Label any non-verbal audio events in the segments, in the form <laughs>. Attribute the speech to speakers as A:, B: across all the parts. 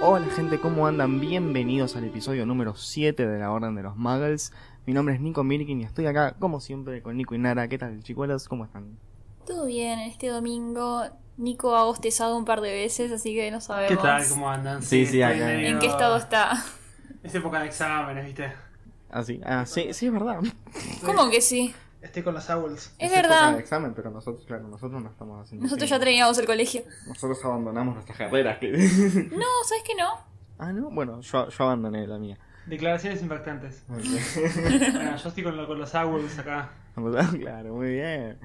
A: Hola gente, ¿cómo andan? Bienvenidos al episodio número 7 de la Orden de los Muggles. Mi nombre es Nico Mirkin y estoy acá, como siempre, con Nico y Nara. ¿Qué tal, chicuelos? ¿Cómo están?
B: Todo bien, este domingo Nico ha bostezado un par de veces, así que no sabemos
C: ¿Qué tal? ¿Cómo andan?
A: Sí, sí,
C: estoy
A: acá.
C: medio-
B: en qué estado está.
C: Es época de exámenes, ¿viste?
A: Ah, sí, ah, sí, sí, es verdad.
B: ¿Cómo que sí?
D: Estoy con los owls.
B: Es
A: época
B: verdad.
A: de examen, pero nosotros, claro, nosotros no estamos haciendo.
B: Nosotros ya
A: examen.
B: terminamos el colegio.
A: Nosotros abandonamos nuestras carreras.
B: <laughs> No, ¿sabes que no?
A: ah, no, bueno, yo, yo abandoné la mía.
B: <laughs>
C: Declaraciones impactantes.
A: Muy bien.
C: Bueno, yo estoy con, lo- con los owls acá.
A: <laughs> claro, muy bien.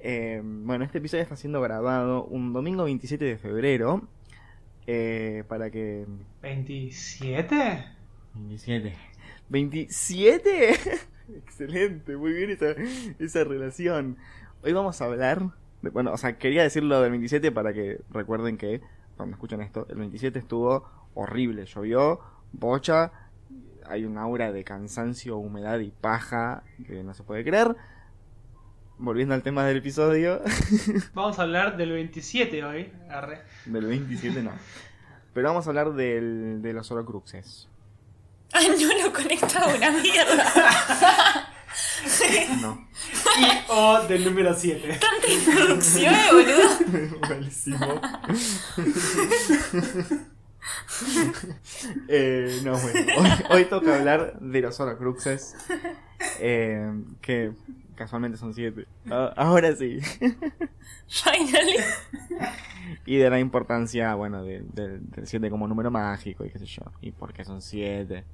A: Eh, bueno, este episodio está siendo grabado un domingo 27 de febrero. eh, para que.
C: ¿27?
A: 27. ¡27! <laughs> Excelente, muy bien esa, esa relación. Hoy vamos a hablar. de- bueno, o sea, quería decir lo del 27 para que recuerden que, cuando escuchan esto, el 27 estuvo horrible. Llovió, bocha, hay un aura de cansancio, humedad y paja que no se puede creer. Volviendo al tema del episodio, <laughs>
C: Vamos a hablar del 27 hoy. Arre.
A: del 27 no. Pero vamos a hablar del, de los horocruxes.
B: Ay, Ah, no lo conecta una mierda.
C: <laughs>
A: No.
C: Y o del número 7.
B: Tanta introducción, boludo.
A: <laughs> Malísimo. Eh, no, bueno, hoy, hoy toca hablar de los Horcruxes, eh, que casualmente son siete. Ah, ahora sí.
B: Finally.
A: Y de la importancia, bueno, de- del- del siete como número mágico y qué sé yo, y por qué son siete,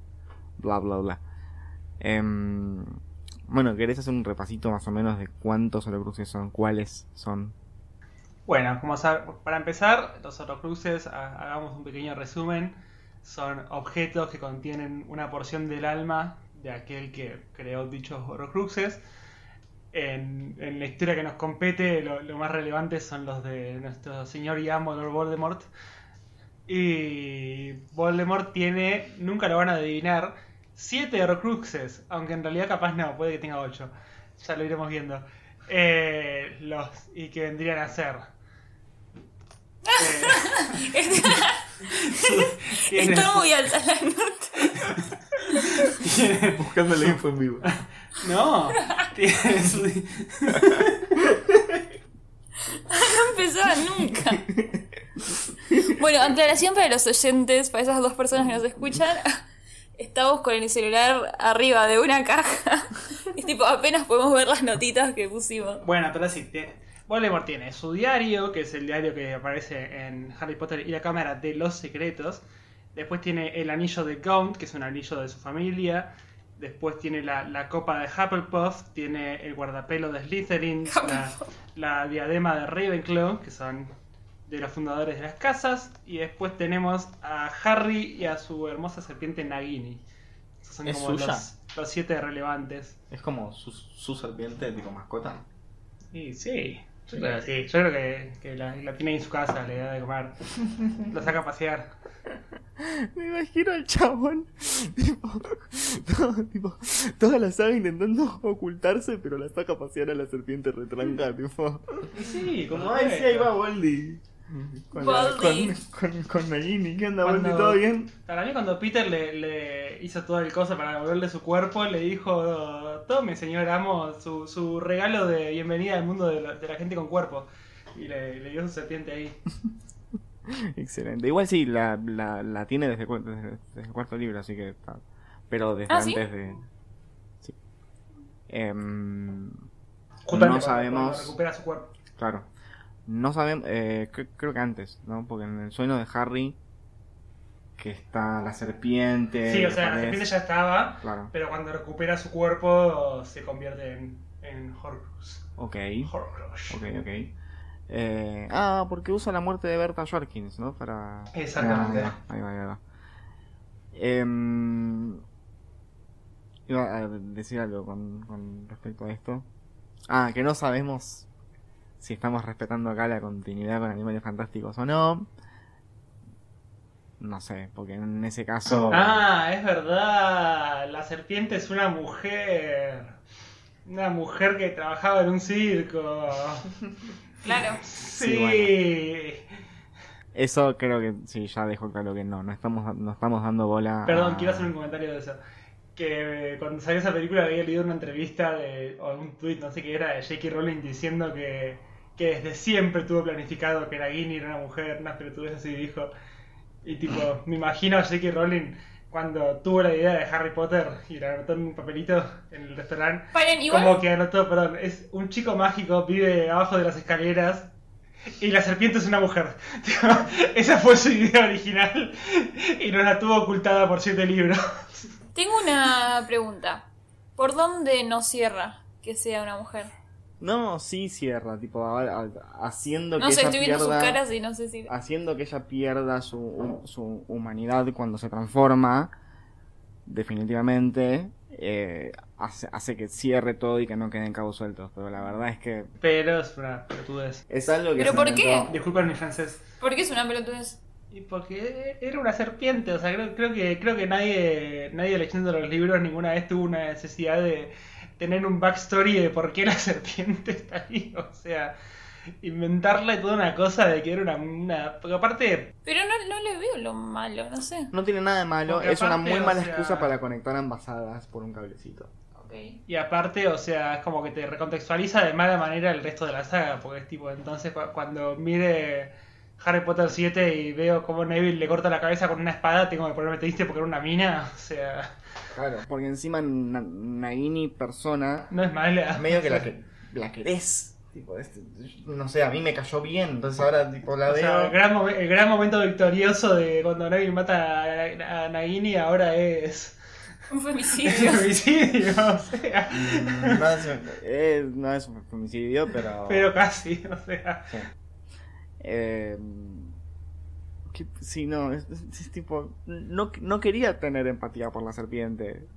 A: bla, bla, bla. Em, bueno, ¿querés hacer un repasito más o menos de cuántos Horcruxes son? ¿Cuáles son?
C: Bueno, como sa- para empezar, los horrocruces, ha- hagamos un pequeño resumen. Son objetos que contienen una porción del alma de aquel que creó dichos horrocruxes. En, en la historia que nos compete, lo, lo más relevante son los de nuestro señor y amo Lord Voldemort. Y Voldemort tiene, nunca lo van a adivinar, siete horrocruxes, aunque en realidad capaz no, puede que tenga ocho. Ya lo iremos viendo. Eh, los, y que vendrían a ser. Eh, tiene-
B: Están muy altas las notas.
C: <laughs> tiene-
A: Buscando la info en vivo.
C: <laughs> no, tiene su-
B: No empezaba nunca. Bueno, aclaración para los oyentes, para esas dos personas que nos escuchan. Estamos con el celular arriba de una caja. Es tipo, apenas podemos ver las notitas que pusimos.
C: Bueno, pero sí, te- Voldemort tiene su diario, que es el diario que aparece en Harry Potter y la Cámara de los Secretos. Después tiene el anillo de Gaunt, que es un anillo de su familia. Después tiene la, la copa de Hufflepuff, tiene el guardapelo de Slytherin, la, la diadema de Ravenclaw, que son de los fundadores de las casas. Y después tenemos a Harry y a su hermosa serpiente Nagini. Esos son
A: ¿Es
C: como
A: suya?
C: los, los siete relevantes.
A: Es como su, su serpiente tipo mascota.
C: Y sí, yo creo que sí. Yo creo que, que la, la tiene ahí en su casa, le da de <laughs> comer. La saca a pasear.
A: Me imagino al chabón, <laughs> tipo, todo- tipo, toda la saga intentando ocultarse, pero la saca a pasear a la serpiente retranca, tipo. Baldi.
C: Sí,
A: Con, la-
B: Baldi.
A: con, con, con Nagini, ¿qué onda,
C: Cuando-
A: Baldi? ¿Todo bien?
C: Para mí, cuando Peter le, le hizo todo el cosa para devolverle su cuerpo, le dijo: Tome, señor amo, su, su regalo de bienvenida al mundo de la, de la gente con cuerpo. Y le, le dio su serpiente ahí.
A: Excelente. Igual sí, la, la, la tiene desde, cu- desde, desde el cuarto libro, así que está. Pero desde
B: ¿Ah, sí?
A: antes de. Sí. Em,
C: Justamente
A: no
C: cuando- cuando
A: sabemos.
C: recupera su cuerpo.
A: Claro. No sabemos, eh, cre- creo que antes, ¿no? Porque en el sueño de Harry, que está la serpiente.
C: Sí, o
A: que
C: sea, la
A: aparece-
C: serpiente ya estaba,
A: Claro,
C: pero cuando recupera su cuerpo, se convierte en, en Horcrux.
A: ok.
C: Horcrux.
A: Ok, ok. Eh, ah, porque usa la muerte de Berta Jorkins, ¿no? Para.
C: Exactamente.
A: Ah, ahí va, ahí va, ahí va. Em, iba a decir algo con, con respecto a esto. Ah, que no sabemos si estamos respetando acá la continuidad con Animales Fantásticos o no. No sé, porque en ese caso.
C: Ah, es verdad. La serpiente es una mujer. Una mujer que trabajaba en un circo.
B: Claro.
C: Sí.
A: bueno. Eso creo que sí, ya dejó claro que no, no estamos, no estamos dando bola. a-
C: Perdón, quiero hacer un comentario de eso. Que eh, cuando salió esa película había leído una entrevista de, o un tweet, no sé qué era, de J.K. Rowling diciendo que, que desde siempre tuvo planificado que la Guinea era una mujer, unas pelotudeces así dijo. Y tipo, me imagino a J.K. Rowling cuando tuvo la idea de Harry Potter y la anotó en un papelito en el restaurante.
B: Paren, igual.
C: Como que anotó, perdón, es un chico mágico, vive abajo de las escaleras y la serpiente es una mujer. <laughs> Tipo, Esa fue su idea original y nos la tuvo ocultada por siete libros.
B: Tengo una pregunta. ¿Por dónde no cierra que sea una mujer?
A: No, sí cierra, tipo, a- a- haciendo
B: No
A: que
B: sé,
A: ella
B: estoy viendo
A: pierda-
B: sus caras y no sé si.
A: haciendo que ella pierda su, su humanidad cuando se transforma, definitivamente, eh, hace, hace que cierre todo y que no queden cabos sueltos. Pero la verdad es que
C: Pero es una pelotudez.
A: es algo que...
B: ¿Pero
A: se
B: por qué?
A: inventó-
C: Disculpen mi francés.
B: ¿Por qué es una pelotudez?
C: Y porque era una serpiente, o sea, creo, creo que creo que nadie, nadie leyendo los libros ninguna vez tuvo una necesidad de tener un backstory de por qué la <laughs> serpiente está ahí, o sea, inventarle toda una cosa de que era una, una... Porque aparte,
B: Pero no, no le veo lo malo, no sé.
A: No tiene nada de malo,
C: Porque
A: es una
C: aparte,
A: muy
C: o
A: mala
C: sea-
A: excusa para conectar ambas hadas por un cablecito.
C: y aparte, o sea, es como que te recontextualiza de mala manera el resto de la saga, porque es tipo, entonces cu- cuando mire Harry Potter 7 y veo cómo Neville le corta la cabeza con una espada, tengo que ponerme triste porque era una mina, <laughs> o sea,
A: Claro. Porque encima Na- Nagini persona,
C: no es mala.
A: medio
C: <laughs>
A: que la, que la querés. Tipo, este- no sé, a mí me cayó bien, entonces ahora tipo la
C: O sea,
A: veo...
C: el, gran momen- el gran momento victorioso de cuando Nagini mata a, a Nagini ahora es
B: Un
C: <laughs>
B: femicidio.
C: es homicidio, o sea,
A: Mm, no, es, eh, no es un homicidio, pero...
C: pero casi, o sea,
A: Eh, que- sí, no, es, es- es tipo, no, no quería tener empatía por la serpiente.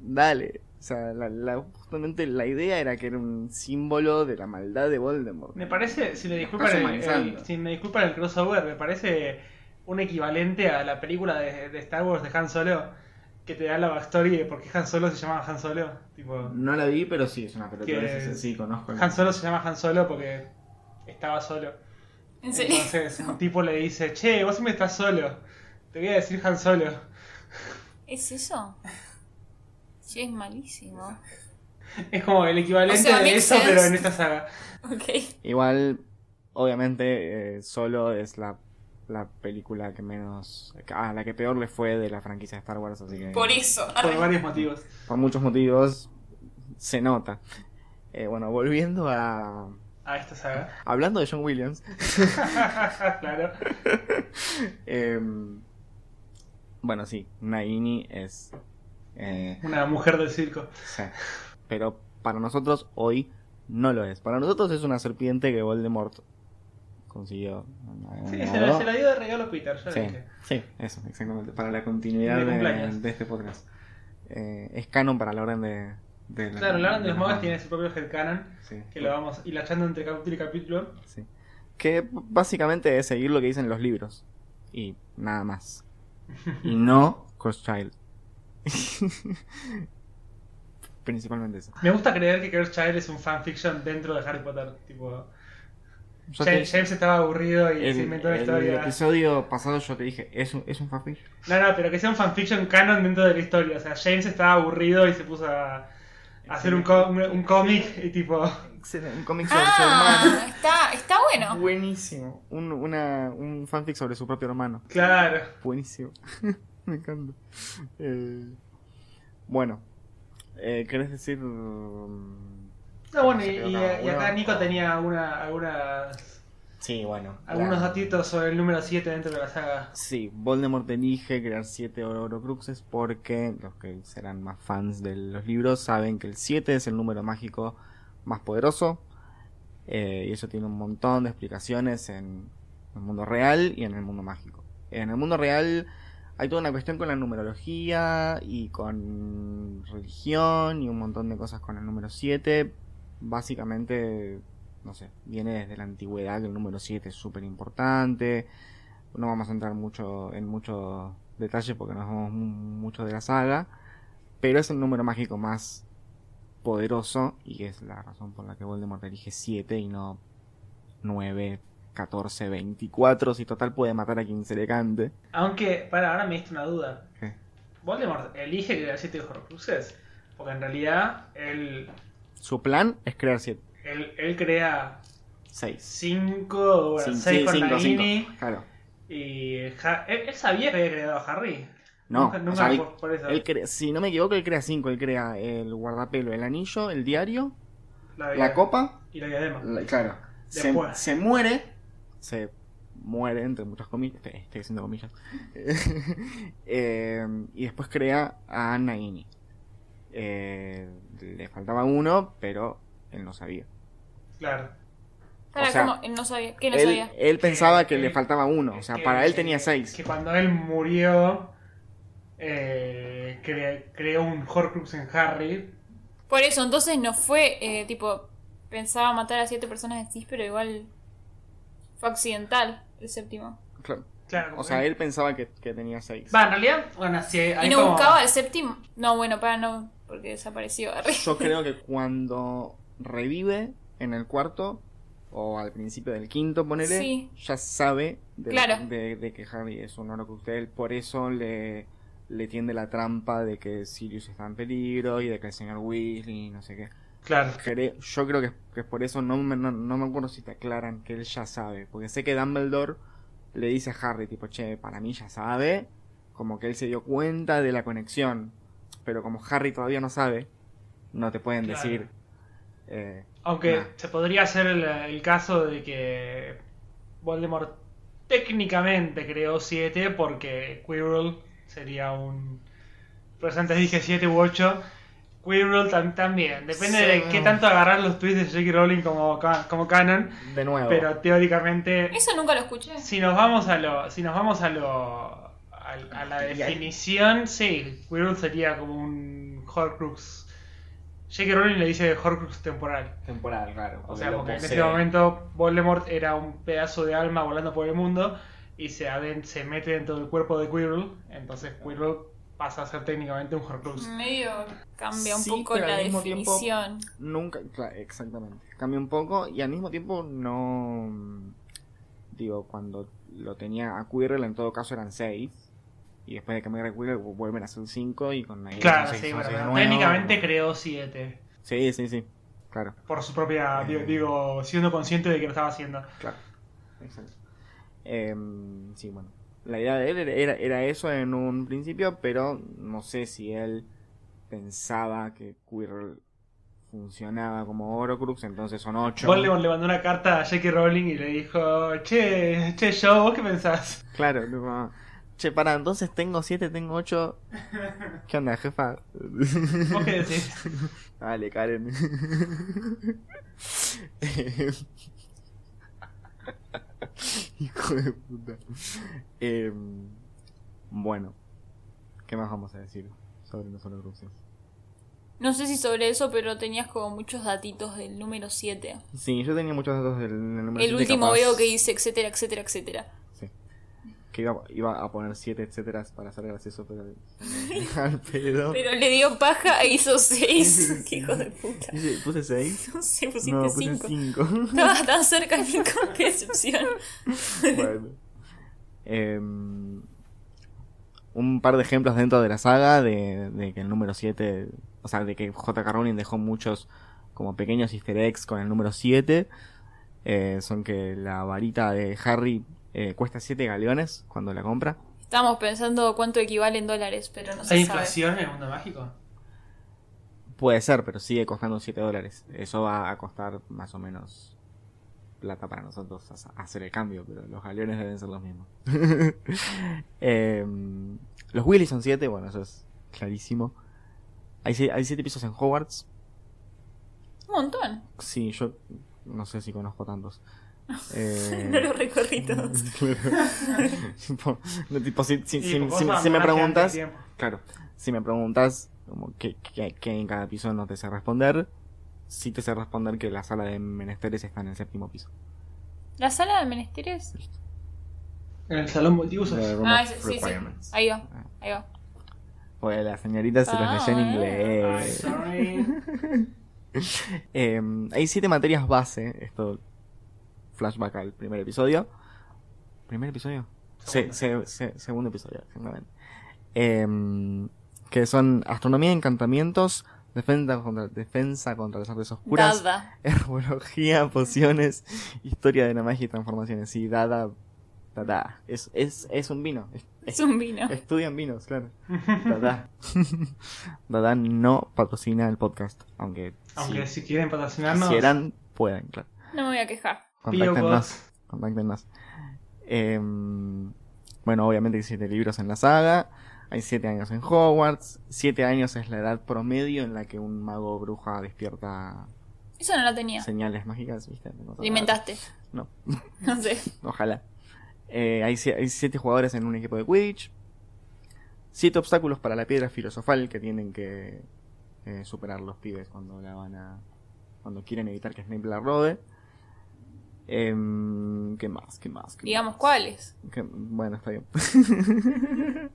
A: Dale. O sea, la, la- justamente la idea era que era un símbolo de la maldad de Voldemort.
C: me parece, si me
A: Estás
C: disculpan el,
A: humanizando.
C: el- si me disculpan el crossover, me parece un equivalente a la película de, de Star Wars de Han Solo, que te da la backstory de por qué Han Solo se llamaba Han Solo, tipo,
A: No pues la vi, pero sí, es una pelota.
C: Que-
A: Sí, sí, conozco. el-
C: Han Solo se llama Han Solo porque estaba solo.
B: ¿En serio?
C: Entonces
B: <laughs>
C: un tipo le dice, che, vos siempre estás solo, te voy a decir Han Solo. <laughs>
B: ¿Es eso? Sí, es malísimo.
C: Es como el equivalente
B: O sea,
C: de
B: makes
C: eso,
B: sense.
C: pero en esta saga.
B: Ok.
A: Igual, obviamente, eh, solo es la, la película que menos. A la que peor le fue de la franquicia de Star Wars, así que.
B: Por eso.
C: Por
B: Arre.
C: varios motivos.
A: por muchos motivos, se nota. Eh, bueno, volviendo a.
C: A esta saga. <laughs>
A: Hablando de John Williams,
C: claro.
A: eh, bueno, sí, Naini es. eh,
C: Una mujer del circo.
A: sí. Pero para nosotros hoy no lo es. Para nosotros es una serpiente que Voldemort consiguió.
C: Sí,
A: ¿no?
C: se, la, se la dio de regalo a Peter, ya lo
A: Sí,
C: dije.
A: sí, eso, exactamente. Para la continuidad
C: De
A: de,
C: cumpleaños.
A: de este podcast. Eh, es canon para la orden de. de
C: Claro, la Orden de los Magos
A: magas
C: tiene su propio headcanon,
A: Sí.
C: que lo vamos hilachando entre capítulo y capítulo.
A: Sí. Que básicamente es seguir lo que dicen los libros. Y nada más. <laughs> Y no Crosschild. <laughs> Principalmente eso.
C: Me gusta creer que Girl Child es un fanfiction dentro de Harry Potter. Tipo,
A: Yo te-
C: James, James estaba aburrido y
A: el,
C: se inventó una
A: el
C: historia.
A: episodio pasado yo te dije, ¿es un, es un fanfic?
C: No, no, pero que sea un fanfiction canon dentro de la historia. O sea, James estaba aburrido y se puso a, a hacer un, co- un, un cómic y tipo...
A: Excelente, Un cómic sobre su
B: Ah,
A: hermano.
B: está, está bueno.
A: Buenísimo. Un, una, un fanfic sobre su propio hermano.
C: Claro.
A: Buenísimo. <laughs> Me encanta. Eh, bueno. Eh, ¿Querés decir...? mm,
C: No, bueno,
A: Se
C: y,
A: quedó
C: y-
A: cada
C: y acá
A: uno.
C: Nico tenía alguna, algunas-
A: Sí, bueno. la-
C: algunos datitos sobre el número 7 dentro de la saga.
A: Sí, Voldemort elige crear siete Horocruxes porque los que serán más fans de los libros saben que el 7 es el número mágico más poderoso eh, y eso tiene un montón de explicaciones en el mundo real y en el mundo mágico. En el mundo real hay toda una cuestión con la numerología y con religión y un montón de cosas con el número 7. Básicamente, no sé, viene desde la antigüedad que el número 7 es súper importante no vamos a entrar mucho en mucho detalle porque nos vamos mu- mucho de la saga, pero es el número mágico más poderoso y es la razón por la que Voldemort elige 7 y no 9, 14, 24, si total puede matar a quien se le cante.
C: Aunque, para, ahora me diste una duda.
A: ¿Qué?
C: Voldemort elige crear siete horcruxes. Porque en realidad él,
A: Su plan es crear 7,
C: él, él crea
A: 6.
C: cinco, bueno, seis con Nagini.
A: Claro.
C: Y Ja- él, él sabía que había creado a Harry.
A: No,
C: nunca,
A: o
C: nunca
A: sea, él-
C: por, por eso.
A: Él crea- si no me equivoco, él crea 5. Él crea el guardapelo, el anillo, el diario,
C: la,
A: la copa
C: Y la diadema.
A: La- claro. Se,
C: Después.
A: se muere. Se muere, entre muchas comillas. Estoy, estoy haciendo comillas. <laughs> Eh, y después crea a Nagini. Eh, le faltaba uno, pero él no sabía.
C: Claro.
B: Para,
A: O sea,
B: ¿cómo? Eh, No sabía. ¿Qué no
A: Él,
B: sabía?
A: él pensaba que
C: Eh,
A: le
C: eh,
A: faltaba uno. O sea,
C: Que-
A: para él
C: que-
A: tenía seis.
C: Que cuando él murió, eh, cre- creó un Horcrux en Harry.
B: Por eso, entonces no fue, eh, tipo, pensaba matar a siete personas en sí, pero igual fue accidental el séptimo.
A: Claro.
C: Claro.
A: O sea, él pensaba que, que tenía seis.
C: Va, en realidad, bueno, sí, hay
B: ¿Y no
C: como-
B: buscaba el séptimo? No, bueno, para no, porque desapareció. <laughs>
A: Yo creo que cuando revive en el cuarto o al principio del quinto, ponele,
B: Sí.
A: ya sabe de,
B: Claro.
A: de- de que Harry es un Horcrux de él. Por eso le, le tiende la trampa de que Sirius está en peligro y de que el señor Weasley, no sé qué.
C: Claro.
A: Cre- Yo creo que, que es por eso, no me, no, no me acuerdo si te aclaran que él ya sabe. Porque sé que Dumbledore le dice a Harry, tipo, che, para mí ya sabe. Como que él se dio cuenta de la conexión. Pero como Harry todavía no sabe, no te pueden
C: Claro.
A: decir. eh,
C: Aunque
A: Nah.
C: se podría hacer el, el caso de que Voldemort técnicamente creó 7 porque Quirrell sería un... Pero antes dije 7 u 8. Quirrell tam- también. Depende
A: Sí.
C: de qué tanto agarrar los tweets de J.K. Rowling como, ca- como canon.
A: de nuevo.
C: Pero teóricamente,
B: Eso nunca lo escuché.
C: si nos vamos a lo... Si nos vamos a lo... A, a la
A: Material.
C: definición, sí, Quirrell sería como un Horcrux. J.K. Rowling le dice Horcrux temporal.
A: temporal, claro.
C: O sea, porque en ese momento Voldemort era un pedazo de alma volando por el mundo y se, aden- se mete dentro del cuerpo de Quirrell, entonces Quirrell pasa a ser técnicamente un Horcrux.
A: Mm.
B: Medio cambia un
A: Sí,
B: poco
A: pero al
B: la
A: mismo tiempo-
B: definición.
A: Nunca, claro, exactamente. Cambia un poco y al mismo tiempo no. mm, Digo, cuando lo tenía a Quirrell, en todo caso eran 6. Y después de cambiar a Quirrell vu- vuelven a ser 5 y con ahí
C: Claro,
A: son seis,
C: sí,
A: son
C: bueno,
A: seis de nuevo.
C: técnicamente creó siete
A: Sí, sí, sí. Claro,
C: por su propia, digo, digo, siendo consciente de que lo estaba haciendo.
A: claro. Exacto. Em, sí, bueno. La idea de él era- era, era eso en un principio, pero no sé si él pensaba que Quirrell funcionaba como Orocrux, entonces son 8.
C: Voldemort le mandó una carta a J.K. Rowling y le dijo, che, che, yo, ¿vos qué pensás?
A: Claro, tipo, che, para, entonces tengo 7, tengo 8. ¿Qué onda, jefa?
C: ¿Vos qué decís?
A: <laughs> Dale, Karen. <laughs> Hijo de puta. Em, bueno, ¿qué más vamos a decir sobre los horocruxes?
B: No sé si sobre eso, pero tenías como muchos datitos del número 7.
A: Sí, yo tenía muchos datos del, del número
B: El
A: siete,
B: último
A: capaz
B: veo que dice, etcétera, etcétera, etcétera.
A: Que iba, iba a poner 7, etcétera, para ser gracioso,
B: <laughs>
A: pero. al pedo.
B: Pero le dio paja e
A: <laughs>
B: hizo 6. Qué hijo de puta.
A: Dice, ¿Puse 6?
B: No sé,
A: No,
B: pusiste
A: puse
B: 5.
A: 5.
B: Estaba tan cerca, Nico, qué decepción.
A: Bueno. Em, un par de ejemplos dentro de la saga de, de que el número 7, o sea, de que J.K. Rowling dejó muchos como pequeños easter eggs con el número 7, eh, son que la varita de Harry eh, cuesta 7 galeones cuando la compra.
B: Estábamos pensando cuánto equivale en dólares, pero <laughs> no se
C: ¿Hay
B: sabe.
C: inflación en el mundo mágico?
A: Puede ser, pero sigue costando 7 dólares. Eso va a costar más o menos plata para nosotros hac- hacer el cambio, pero los galeones deben ser los mismos. Em, los Willy son 7, bueno, eso es clarísimo. Hay 7 pisos en Hogwarts.
B: Un montón.
A: Sí, yo no sé si conozco tantos.
B: <laughs> No
A: Eh,
B: lo recorrí
A: <laughs>
B: todos.
A: claro. tipo, no, tipo, si, si-
C: Sí,
A: si-
C: porque vos
A: si-
C: abandonás
A: si me
C: antes de
A: preguntas,
C: tiempo.
A: Claro, si me preguntas como qué, qué- qué hay en cada piso no te sé responder, sí te sé responder que la sala de menesteres está en el séptimo piso.
B: ¿La sala de menesteres?
C: En el salón multiusos.
A: The Room
B: Ah,
A: of
B: ese- sí, sí.
A: Requirements.
B: Ahí va, ahí va.
A: Pues la señorita se los
B: Ah,
A: leyó en
B: bueno.
C: Ay,
A: inglés. <laughs> Em,
C: sorry. <laughs>
A: Eh, hay siete materias base, esto flashback al primer episodio. ¿Primer episodio? Se- se- se- segundo episodio, exactamente. Em, que son astronomía, encantamientos, defensa contra, defensa contra las artes oscuras,
B: Dada.
A: <laughs> herbología, pociones, historia de la magia y transformaciones. Sí, dada, dada. Es, es, es un vino. Es-
B: Es un vino.
A: Estudian vinos, claro. Dada. Dada no patrocina el podcast, aunque,
C: Aunque
A: si
C: si quieren patrocinarnos,
A: quisieran, pueden, claro.
B: No me voy a quejar.
C: Pío
A: Contáctennos.
C: Box.
A: Contáctennos. Eh, bueno, obviamente hay siete libros en la saga. Hay siete años en Hogwarts. Siete años es la edad promedio en la que un mago o bruja despierta
B: Eso no lo tenía.
A: señales mágicas, ¿viste? No sé.
B: Lo inventaste.
A: No.
B: <laughs> No sé.
A: Ojalá. Eh, hay, sie- hay siete jugadores en un equipo de Quidditch. Siete obstáculos para la piedra filosofal que tienen que eh, superar los pibes cuando la van a. cuando quieren evitar que Snape la robe. Em, ¿Qué más? ¿Qué más? ¿Qué
B: Digamos
A: más?
B: cuáles.
A: Que- bueno, está bien. <laughs>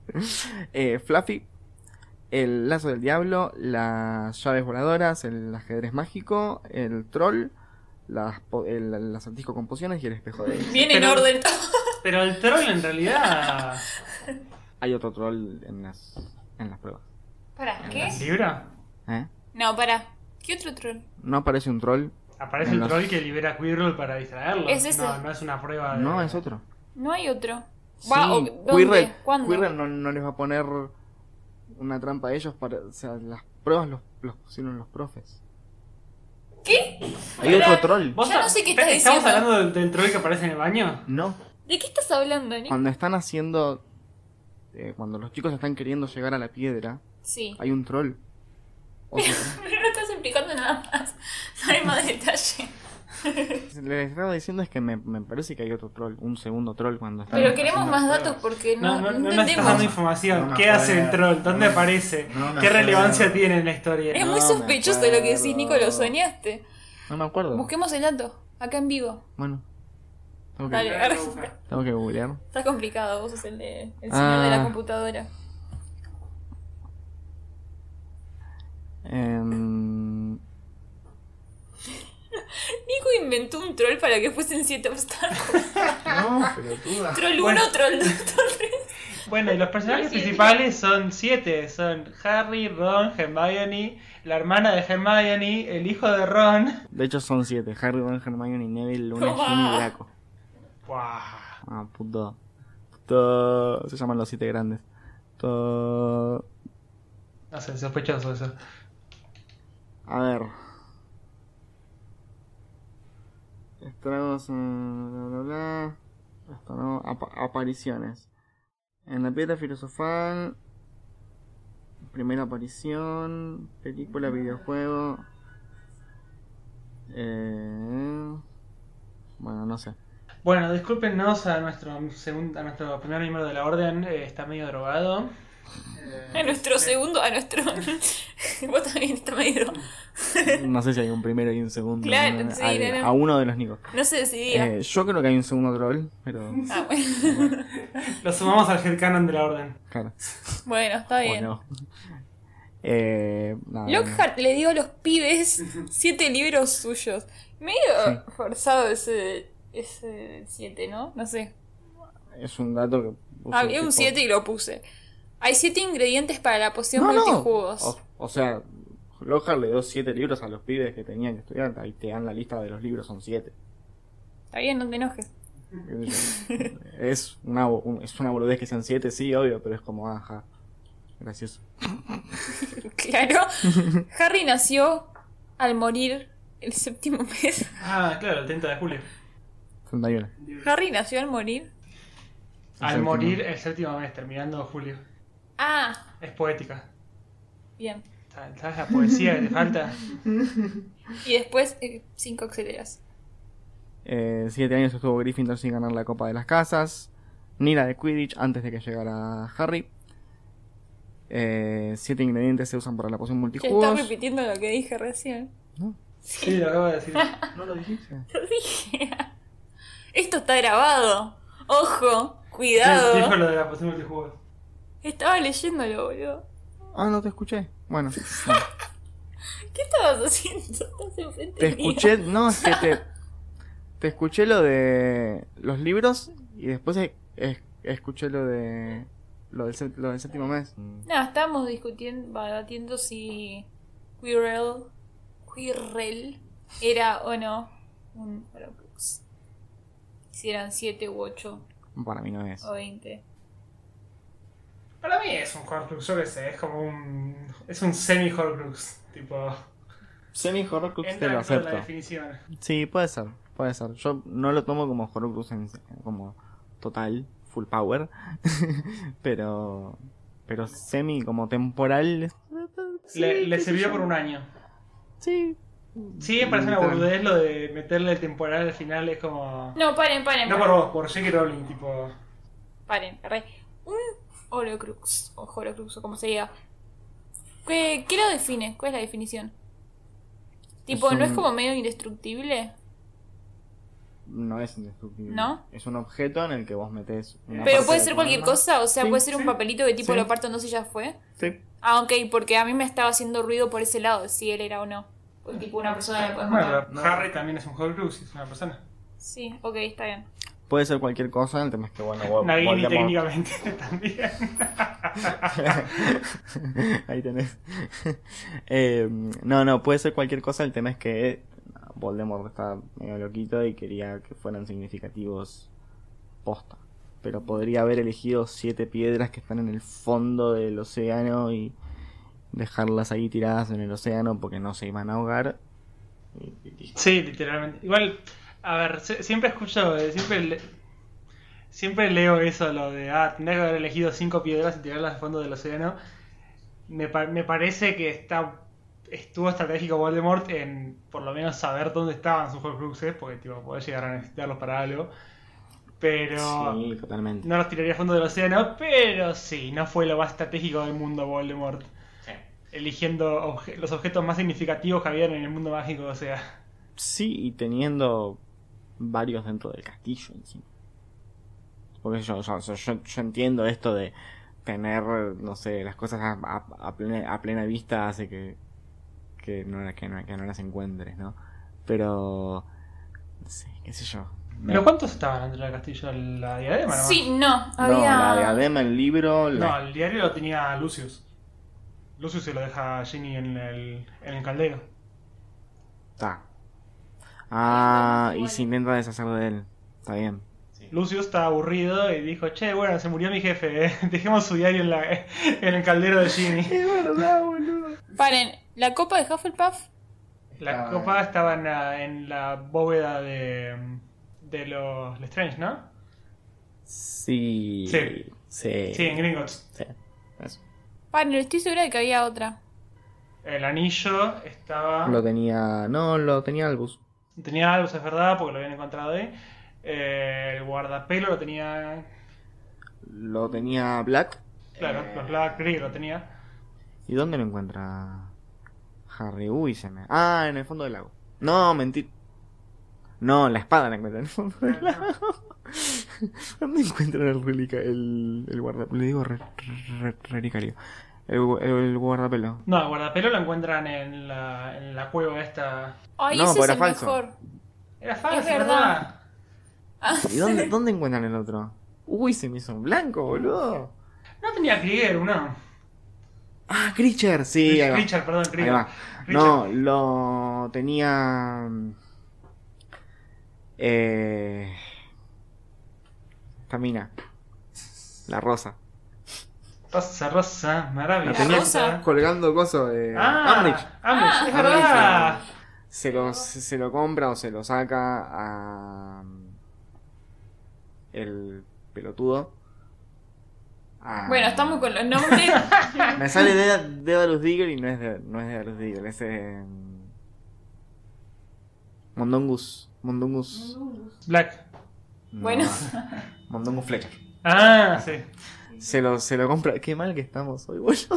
A: Eh, Fluffy, el lazo del diablo, las llaves voladoras, el ajedrez mágico, el troll, las po- el, el acertijo con pociones y el espejo de...
B: Viene en
C: Pero-
B: orden.
C: Pero el troll en realidad.
A: Hay otro troll en las, en las pruebas.
B: ¿Para <laughs>
C: ¿En
B: qué?
C: el libro?
A: ¿eh?
B: No, para. ¿Qué otro troll?
A: No aparece un troll,
C: Aparece
A: En
C: el
A: los-
C: troll que libera a Quirrell para distraerlo.
B: Es ese.
C: No, no es una prueba de.
A: no, es otro.
B: No hay otro.
A: Sí,
B: Va, o- ¿dónde?
A: Quirrell-
B: ¿Cuándo?
A: Quirrell no, no les va a poner una trampa a ellos para... O sea, las pruebas los, los pusieron los profes.
B: ¿Qué?
A: Hay
B: Pará.
A: otro troll.
C: ¿Vos
B: Ya no
C: sab-
B: sé qué estás
C: ¿Estamos
B: diciendo.
C: hablando del, del troll que aparece en el baño?
A: No.
B: ¿De qué estás hablando, Nick?
A: Cuando están haciendo. eh, cuando los chicos están queriendo llegar a la piedra,
B: Sí. <laughs>
A: hay un troll. O sea,
B: Pero no estás explicando nada más. No hay más detalle.
A: les estaba diciendo es que me, me parece que hay otro troll, un segundo troll cuando están.
B: Pero queremos
A: haciendo
B: más
A: las
B: datos
A: pruebas.
B: porque no,
C: No,
B: no
C: no, no, me estás dando
B: entendemos.
C: información.
A: No me
C: ¿Qué hace el
A: acuerdo.
C: troll? ¿Dónde
A: No me-
C: aparece?
A: no me
C: ¿Qué
A: acuerdo.
C: relevancia tiene en la historia?
B: Es
A: No
B: muy
A: me
B: sospechoso lo que decís,
A: acuerdo.
B: Nico. Lo soñaste.
A: No me acuerdo.
B: Busquemos el dato. Acá en vivo.
A: Bueno. Tengo que,
B: Dale, ahora-
A: tengo que googlear.
B: <laughs> Está complicado. Vos sos el, de, el señor
A: Ah.
B: de la computadora.
A: Em,
B: Nico inventó un troll para que fuesen siete obstáculos.
A: No,
B: <laughs>
A: pero tú.
B: Troll 1,
C: Bueno.
B: troll 2, troll 3.
C: Bueno, y los personajes
B: Sí, sí.
C: principales son siete. Son Harry, Ron, Hermione, la hermana de Hermione, el hijo de Ron.
A: De hecho son siete: Harry, Ron, Hermione, Neville, Luna,
B: Tomá.
A: Ginny y Draco.
C: ¡Guau!
A: Ah, puto. Puto. Se llaman los siete grandes. Puto.
C: No sé, sospechoso eso.
A: A ver. Estragos. eh, Bla, bla, bla. Esto no. Apa- apariciones. En la piedra filosofal. Primera aparición. Película, videojuego. Eh, bueno, no sé.
C: Bueno, discúlpenos a nuestro, segun- a nuestro primer miembro de la orden, eh, está medio drogado.
B: A nuestro segundo, a nuestro. <laughs> Vos también está medio.
A: No sé si hay un primero y un segundo.
B: Claro,
A: ¿no?
B: sí,
A: Al-
B: no, no.
A: A uno de los Nicos.
B: No sé si diga.
A: Eh, yo creo que hay un segundo troll,
B: <laughs>
A: pero.
B: Ah, bueno. <laughs>
C: Lo sumamos al headcanon de la orden.
A: Claro.
B: Bueno, está bien.
A: Bueno. Eh, nada,
B: Lockhart le dio a los pibes siete libros suyos. Medio forzado ese, ese siete, ¿no? No sé.
A: Es un dato que. puso
B: Ah, Había un
A: tipo-
B: 7 y lo puse. Hay siete ingredientes para la poción
A: No, Oh. no.
B: multijugos.
A: O, o sea, Lockhart le dio siete libros a los pibes que tenían que estudiar. Ahí te dan la lista de los libros, son
B: <laughs>
A: siete.
B: Está bien, no te enojes.
A: es, una, bo- un- es una boludez que sean siete, sí, obvio, pero es como, ajá. Gracioso.
B: <laughs>
A: <laughs>
B: Claro. Harry nació al morir el séptimo mes.
C: Ah, claro, el 30 de julio.
A: 31.
B: Harry nació al morir.
A: El
C: Al
A: séptimo.
C: morir el séptimo mes, terminando julio.
B: Ah,
C: Es poética.
B: bien.
C: ¿Sabes sabes la poesía que te falta?
B: Y después eh, cinco aceleras.
A: Eh, siete años estuvo Gryffindor sin ganar la Copa de las Casas. Ni la de Quidditch antes de que llegara Harry. Eh, siete ingredientes se usan para la poción
B: Ya está
A: multijugos.
B: repitiendo lo que dije recién.
A: No,
C: Sí, lo acabo de decir.
A: no lo dijiste.
B: <laughs> Lo dije. Esto está grabado. Ojo,
C: Dijo
B: cuidado.
C: lo de la poción multijugos.
B: Estaba leyéndolo, boludo.
A: Ah, no te escuché. Bueno,
B: ¿Qué estabas haciendo? <laughs> Estás enfrente
A: te
B: mío.
A: escuché. No, es que te, te escuché lo de los libros y después es- es- escuché lo de lo del, sé- lo del séptimo mes.
B: No, estábamos discutiendo, debatiendo si Quirrell, Quirrell era o no un Horcrux. Si eran 7 u 8
A: Para mí no es.
B: o 20.
C: Para mí es un Horcrux, yo qué sé, es como un. Es un semi-Horcrux. Tipo.
A: Semi Horcrux te
C: Entra
A: lo
C: dentro de la
A: acepto.
C: definición.
A: Sí, puede ser, puede ser. Yo no lo tomo como Horcrux en- como total, full power, <laughs> pero pero semi como temporal.
C: le le
A: qué sé
C: sirvió
A: yo.
C: por un año.
A: Sí.
C: Sí, me parece una
A: Literal.
C: boludez lo de meterle el temporal al final, es como.
B: No, paren, paren.
C: No por
B: paren,
C: vos, por J.K. Rowling, tipo.
B: paren, arre. Un Horcrux, o Horcrux, o como se diga. ¿Qué, qué lo define? ¿Cuál es la definición? Tipo,
A: Es
B: ¿no es
A: un-
B: como medio indestructible?
A: No es indestructible.
B: ¿No?
A: Es un objeto en el que vos metés. una
B: Pero
A: parte
B: puede
A: de
B: ser
A: tu
B: cualquier
A: alma.
B: cosa, o sea,
A: Sí,
B: puede ser un
A: sí,
B: papelito que tipo
A: sí.
B: lo parto, entonces ya fue.
A: Sí.
B: Ah, ok, porque a mí me estaba haciendo ruido por ese lado, si él era o no. Porque tipo una persona la puede
C: Bueno,
B: matar.
C: pero Harry también es un Horcrux, es una persona.
B: Sí, ok, está bien.
A: Puede ser cualquier cosa, el tema es que bueno, vos-
C: Nagini
A: Voldemort-
C: técnicamente <laughs> también.
A: <laughs> Ahí tenés. Eh, no, no, puede ser cualquier cosa. El tema es que Voldemort está medio loquito y quería que fueran significativos posta. Pero podría haber elegido siete piedras que están en el fondo del océano y dejarlas ahí tiradas en el océano porque no se iban a ahogar. Y- y listo.
C: Sí, literalmente. Igual, a ver, se- siempre escucho, eh, siempre, le- siempre leo eso, lo de, ah, tendría que haber elegido cinco piedras y tirarlas al fondo del océano. Me, pa- me parece que está estuvo estratégico Voldemort en por lo menos saber dónde estaban sus Horcruxes, porque tipo, podés llegar a necesitarlos para algo. Pero
A: Sí, totalmente.
C: no los tiraría al fondo del océano, pero sí, no fue lo más estratégico del mundo Voldemort. Eligiendo obje- los objetos más significativos que habían en el mundo mágico, o sea...
A: Sí, y teniendo varios dentro del castillo encima. Porque yo, yo, yo- yo- yo entiendo esto de tener, no sé, las cosas a, a- a plena, a plena vista hace que, que, no, la- que, no, que no las encuentres, ¿no? Pero... Sí, qué sé yo.
C: ¿Pero cuántos estaban dentro del castillo? ¿La diadema? nomás?
B: Sí, no,
A: No,
B: había...
A: la diadema, el libro...
C: No,
A: La...
C: el diario lo tenía Lucius. Lucius se lo deja a Ginny en el, en el caldero.
A: Está. Ah, y
B: Igual.
A: se intenta deshacer de él. Está bien.
C: Lucius estaba aburrido y dijo, che, bueno, se murió mi jefe, eh, <laughs> dejemos su diario en, la, en el caldero de Ginny.
A: Es verdad, boludo.
B: Paren, ¿la copa de Hufflepuff?
C: La
A: Ah,
C: copa estaba en la, en la bóveda de, de los Lestrange, ¿no?
A: Sí.
C: Sí.
A: Sí.
C: Sí, en Gringotts.
A: Sí. Eso.
B: Paren, estoy segura de que había otra.
C: El anillo estaba...
A: Lo tenía. No, lo tenía Albus.
C: Tenía algo, es verdad, porque lo habían encontrado ahí. Eh, el guardapelo lo tenía...
A: Lo tenía Black.
C: Claro,
A: Eh,
C: los Black Creek lo tenía.
A: ¿Y dónde lo encuentra Harry? Uy, se me. Ah, en el fondo del lago. No, mentir. No, la espada la encuentra <laughs> en el fondo del lago. ¿Dónde encuentran el relica, el, el guardapelo? Le digo re- re- relicario. El, gu- el, el guardapelo.
C: No, el guardapelo lo encuentran en la, en la cueva esta.
B: Ay,
A: No,
B: ese
A: pues
B: es
A: era
B: el
A: falso.
B: mejor.
C: Era falso,
B: Es verdad.
C: ¿verdad?
A: ¿Y dónde, dónde encuentran el otro? Uy, se me hizo un blanco, boludo.
C: No tenía Krieger, no.
A: Ah, Creature, sí, ahí va.
C: Richard, perdón,
A: Ahí
C: Krieger.
A: va. No, lo tenía. Eh. Camina. La rosa.
C: Rosa, rosa,
A: La
C: maravillosa.
A: tenía
B: rosa?
A: colgando coso de.
C: Ah, Ambridge.
A: Umbridge.
C: es
A: Ah.
C: verdad.
A: Umbridge. Se lo, se lo compra o se lo saca a. El pelotudo. A-
B: Bueno, estamos con los nombres.
A: <laughs> Me sale de Dedalus Diggle y no es de no es Dedalus Diggle, es. eh, Mondongus. Mondongus.
C: Black.
A: No, <laughs>
B: Bueno.
A: Mondongus Fletcher.
C: Ah, sí.
A: Se lo, se lo compra. Qué mal que estamos hoy, boludo.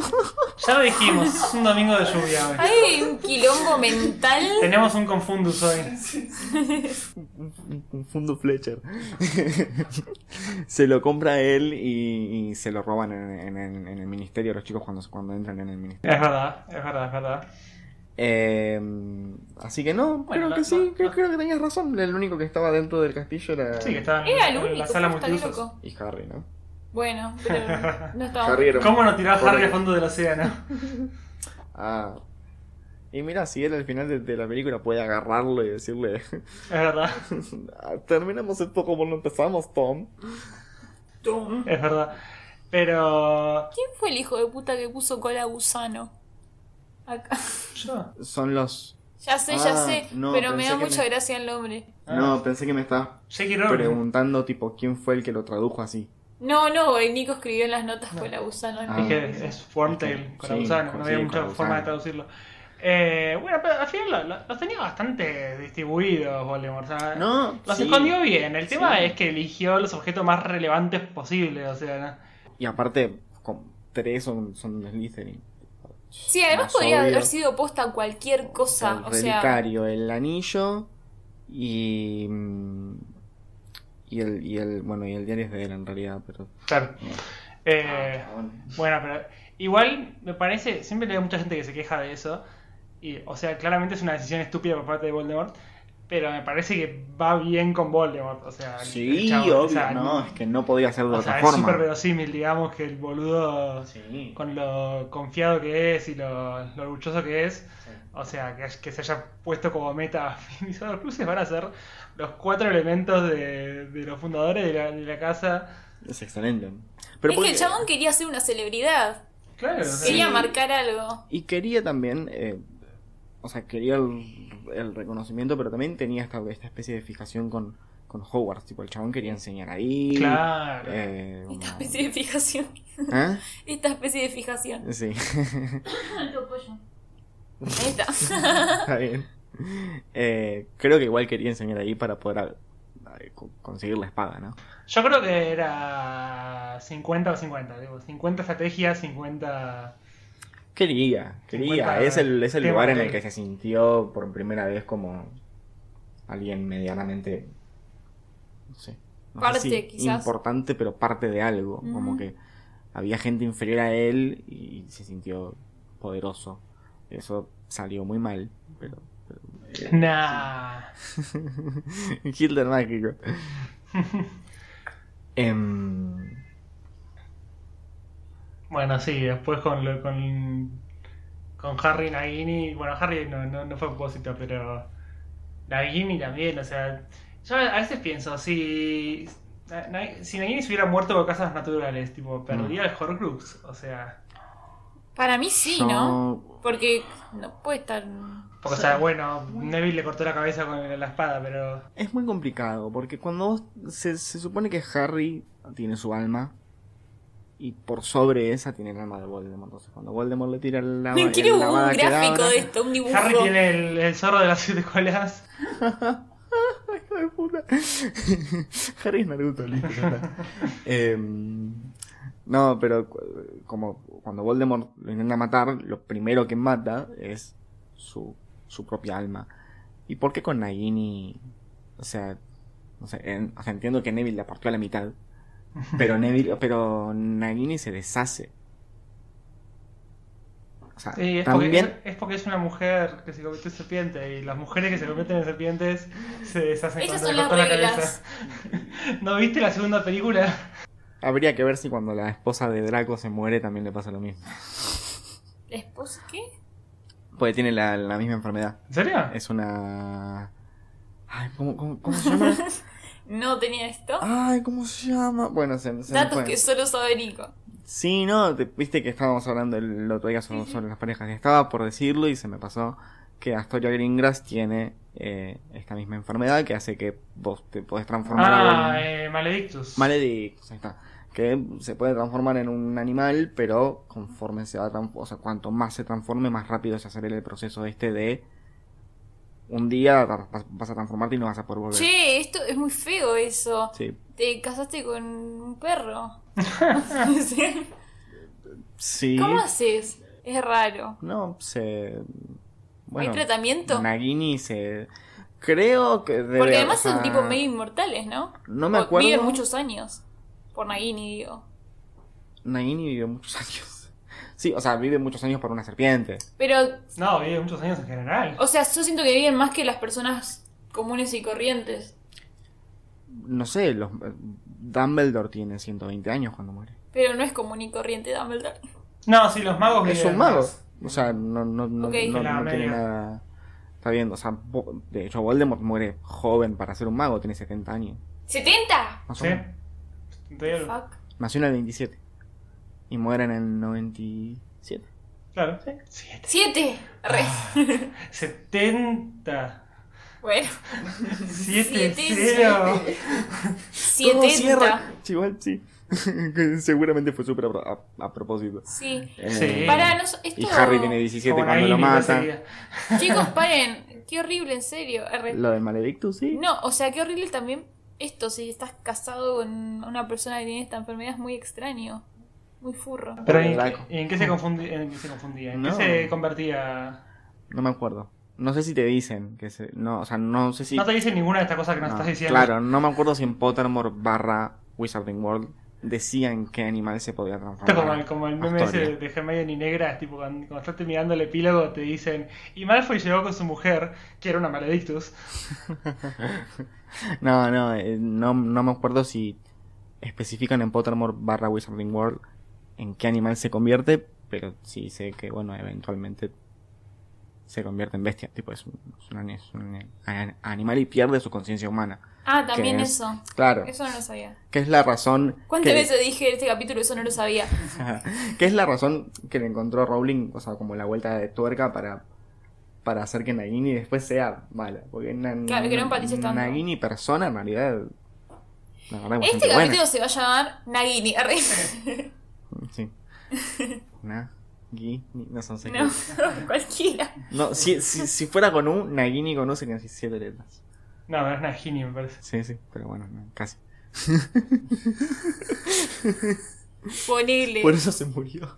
C: Ya lo dijimos, es un domingo de lluvia hoy.
B: Hay un quilombo mental.
C: Tenemos un confundus hoy.
A: Un- Un fundo Fletcher. <laughs> se lo compra él y, y se lo roban en, en- en- en el ministerio los chicos cuando, cuando entran en el ministerio.
C: Es verdad, es verdad, es verdad.
A: Eh, así que no, creo
C: lo-
A: que sí,
C: lo-
A: creo,
C: lo-
A: creo que tenías razón. El único que estaba dentro del castillo era,
C: Sí, que estaba en
B: Era el
C: en
B: único, pues,
C: la sala
B: está
C: multiusos.
B: loco.
A: y Harry, ¿no?
B: Bueno, pero
C: <laughs>
B: no estaba.
A: Harry era-
C: Ah, ¿Cómo no tiró a Harry
A: Pobre.
C: a fondo del océano?
A: Ah. Y mira, si él al final de, de la película puede agarrarlo y decirle, <laughs>
C: Es verdad,
A: "Ah, terminemos esto como lo empezamos, Tom. Tom.
C: es verdad. Pero.
B: ¿Quién fue el hijo de puta que puso cola a gusano? Acá. <laughs>
C: Yo.
A: Son los...
B: Ya sé, ya
A: Ah,
B: sé,
A: no,
B: pero me
A: pensé
B: da
A: que
B: mucha
A: me-
B: gracia el nombre.
C: Ah.
A: No, pensé que me estabas
C: Jackie Rowling.
A: preguntando, tipo, quién fue el que lo tradujo así.
B: No, no, el Nico escribió en las notas cola a gusano.
A: Ah.
C: Dije, es Wormtail,
A: Sí,
C: con la gusana,
A: con-
C: no
A: sí,
C: había
A: con
C: mucha
A: la
C: forma de
A: gusana.
C: traducirlo. Eh, bueno, pero al final lo- lo- los tenía bastante distribuidos, Voldemort. o sea,
A: No,
C: Los
A: sí.
C: escondió bien. El tema
A: Sí.
C: es que eligió los objetos más relevantes posibles, o sea, ¿no?
A: Y aparte, con tres son, son de Slytherin.
B: Sí, además
A: Más
B: podría
A: obvio.
B: haber sido posta cualquier cosa.
A: el
B: O sea,
A: relicario, el anillo y... mm, Y el, y el, bueno, y el diario es de él en realidad, pero...
C: Claro. Eh,
A: ah,
C: Bueno, pero igual me parece, siempre hay mucha gente que se queja de eso, y, o sea, claramente es una decisión estúpida por parte de Voldemort, pero me parece que va bien con Voldemort, o sea, el
A: Sí,
C: chabón,
A: obvio,
C: o sea,
A: no, es que no podía ser de
C: Ah. o sea,
A: otra
C: es súper
A: forma.
C: verosímil, digamos, que el boludo,
A: Sí.
C: con lo confiado que es y lo, lo orgulloso que es, o sea, que, que se haya puesto como meta, <laughs> mis dos cruces van a ser los cuatro elementos de, de los fundadores de la, de la casa.
A: Es excelente.
B: es que el chabón quería ser una celebridad.
C: Claro, o sea,
B: Quería marcar algo.
A: Y quería también, eh, o sea, quería el, el reconocimiento, pero también tenía esta, esta especie de fijación con, con Hogwarts. Tipo, el chabón quería enseñar ahí.
C: claro.
A: eh,
B: Esta especie de fijación.
A: ¿Eh?
B: Esta especie de fijación.
A: Sí, <laughs>
B: Ahí está.
A: <laughs> está bien. Eh, creo que igual quería enseñar ahí para poder ah, eh, co- conseguir la espada, ¿no?
C: Yo creo que era 50 o 50, digo, 50 estrategias, 50...
A: Quería, quería.
C: Cincuenta
A: Es el, es el
C: temas
A: lugar en
C: de-
A: el que se sintió por primera vez como alguien medianamente. No sé. no sé
B: Parte,
A: si
B: quizás.
A: Importante, pero parte de algo. Como
B: Ujú.
A: que había gente inferior a él y se sintió poderoso. Eso salió muy mal, pero.
C: Nah.
A: <laughs> Hitler mágico. Em,
C: Bueno, sí, después con, lo- con, con Harry Nagini, bueno, Harry no, no, no fue a propósito, pero Nagini también, o sea, yo a veces pienso, si, Na- Na- si Nagini se hubiera muerto por casas naturales, tipo, perdía el Horcrux, o sea,
B: Para mí sí,
A: yo-
B: ¿no? Porque no puede estar.
C: porque, o sea, bueno, Neville le cortó la cabeza con la espada, pero...
A: Es muy complicado, porque cuando vos- se, se supone que Harry tiene su alma, y por sobre esa tiene el alma de Voldemort. Entonces, cuando Voldemort le tira el alma.
B: Quiero un gráfico de esto, un dibujo.
C: Harry tiene el, el zorro de las siete colas.
A: <laughs> Harry es Naruto, listo, ya
C: <laughs>
A: está. Em, no, pero cu- como cuando Voldemort lo intenta matar, lo primero que mata es su, su propia alma. ¿Y por qué con Nagini? O sea, no sé, en- o sea, entiendo que Neville la partió a la mitad.
C: <laughs>
A: Pero Neville, pero Nagini se deshace. O sea,
C: Sí, es,
A: también
C: porque, es porque es una mujer que se convirtió en serpiente y las mujeres que se convierten en serpientes se deshacen
B: Esas
C: cuando
B: son
C: le
B: las
C: cortó la
B: reglas.
C: cabeza. ¿No viste la segunda película?
A: habría que ver si cuando la esposa de Draco se muere también le pasa lo mismo.
B: ¿La esposa qué?
A: Porque Pues tiene la, la misma enfermedad.
C: ¿En serio?
A: Es una. Ay, ¿cómo, cómo, cómo se
B: <laughs>
A: llama?
B: No tenía esto.
A: Ay, ¿cómo se llama? Bueno, se, se me
B: Datos
A: fue.
B: que solo sabe Nico.
A: Sí, no, te- viste que estábamos hablando el otro día sobre, sobre las parejas. y Estaba por decirlo y se me pasó que Astoria Greengrass tiene eh, esta misma enfermedad que hace que vos te podés transformar a
C: Ah,
A: un-
C: eh, Maledictus.
A: Maledictus, pues, ahí está. Que se puede transformar en un animal, pero conforme se va transformando, o sea, cuanto más se transforme, más rápido se acelera el proceso este de un día vas- vas a transformarte y no vas a poder volver.
B: Che, esto es muy feo eso.
A: Sí.
B: Te casaste con un perro.
A: <laughs> Sí.
B: ¿Cómo haces? Es raro.
A: No, se.
B: ¿Hay
A: Bueno,
B: tratamiento?
A: Nagini se. Creo que debe.
B: Porque además
A: o sea,
B: son tipo medio inmortales, ¿no?
A: No me
B: O
A: acuerdo.
B: Viven muchos años. Por Nagini, digo.
A: Nagini vivió muchos <laughs> años. Sí, o sea, vive muchos años por una serpiente.
B: Pero,
C: No, vive muchos años en general.
B: o sea, yo siento que viven más que las personas comunes y corrientes.
A: No sé, los, Dumbledore tiene 120 años cuando muere.
B: Pero no es común y corriente Dumbledore.
C: No, sí, los magos
A: Es
C: viven
A: un mago.
C: más.
A: O sea, no, no, no,
B: Ok.
A: no-
C: La
A: no tiene
C: media.
A: nada. Está bien, o sea, Vo- de hecho, Voldemort muere joven para ser un mago, tiene 70 años.
B: ¡70!
A: Más o
C: Sí.
A: menos.
C: Entonces,
B: Fuck.
A: Nació en el 27. Y muere en el 97.
C: Claro, sí. Siete.
B: ¡Siete! Re.
A: Ah.
C: 70.
B: <laughs> Bueno,
C: 7
B: Siete,
C: 0.
A: Todo
B: 70.
A: cierra. Sí, Igual, sí. <laughs> Que Seguramente fue súper a, pro- a- a propósito.
B: Sí.
A: Eh,
C: Sí.
B: Para, no, so- esto...
A: Y Harry tiene 17 cuando lo mata. <laughs>
B: Chicos, paren. Qué horrible, en serio. Eh, Re.
A: Lo del Maledictus, sí.
B: No, o sea, qué horrible también esto, si estás casado con una persona que tiene esta enfermedad es muy extraño, muy furro.
C: Pero
A: Pobre
C: ¿en,
A: Draco.
C: qué- en qué se confundía? ¿En qué se, confundía? ¿En qué
A: No.
C: se convertía?
A: No me acuerdo. No sé si te dicen que se- no, o sea, no sé si
C: No te dicen ninguna de estas cosas que nos
A: no,
C: estás diciendo.
A: Ah, Claro, no me acuerdo si en Pottermore barra Wizarding World decían qué animal se podía
C: Esto como
A: transformar.
C: el, como el meme ese
A: Ah, Astoria.
C: de, de Hermione y Negra, es tipo cuando, cuando estás mirando el epílogo te dicen y Malfoy llegó con su mujer, que era una maledictus.
A: No, no, eh, no, no me acuerdo si especifican en Pottermore barra Wizarding World en qué animal se convierte, pero sí sé que, bueno, eventualmente se convierte en bestia, tipo, es un, es un ani- es un ani- animal y pierde su conciencia humana.
B: Ah, también
A: ¿Qué es?
B: eso.
A: Claro,
B: Eso no lo sabía.
A: que es la razón...
B: ¿Cuántas
A: que-
B: veces dije en este capítulo eso no lo sabía?
A: que es la razón que le encontró Rowling, o sea, como la vuelta de tuerca para, para hacer que Nagini después sea mala. Porque Na-
B: Claro, que no empatices tanto.
A: Nagini persona, en realidad, la verdad, es
B: Este
A: bastante buena.
B: capítulo se va a llamar Nagini. <laughs> arre. <laughs>
A: Sí. Nagini, no son seis
B: No, <laughs>
A: letras.
B: cualquiera.
A: No, si, si, si fuera con U, Nagini con U serían siete letras.
C: No, no es Nagini, me parece.
A: Sí, sí, pero bueno, no, casi.
B: Ponele.
A: Por eso se murió.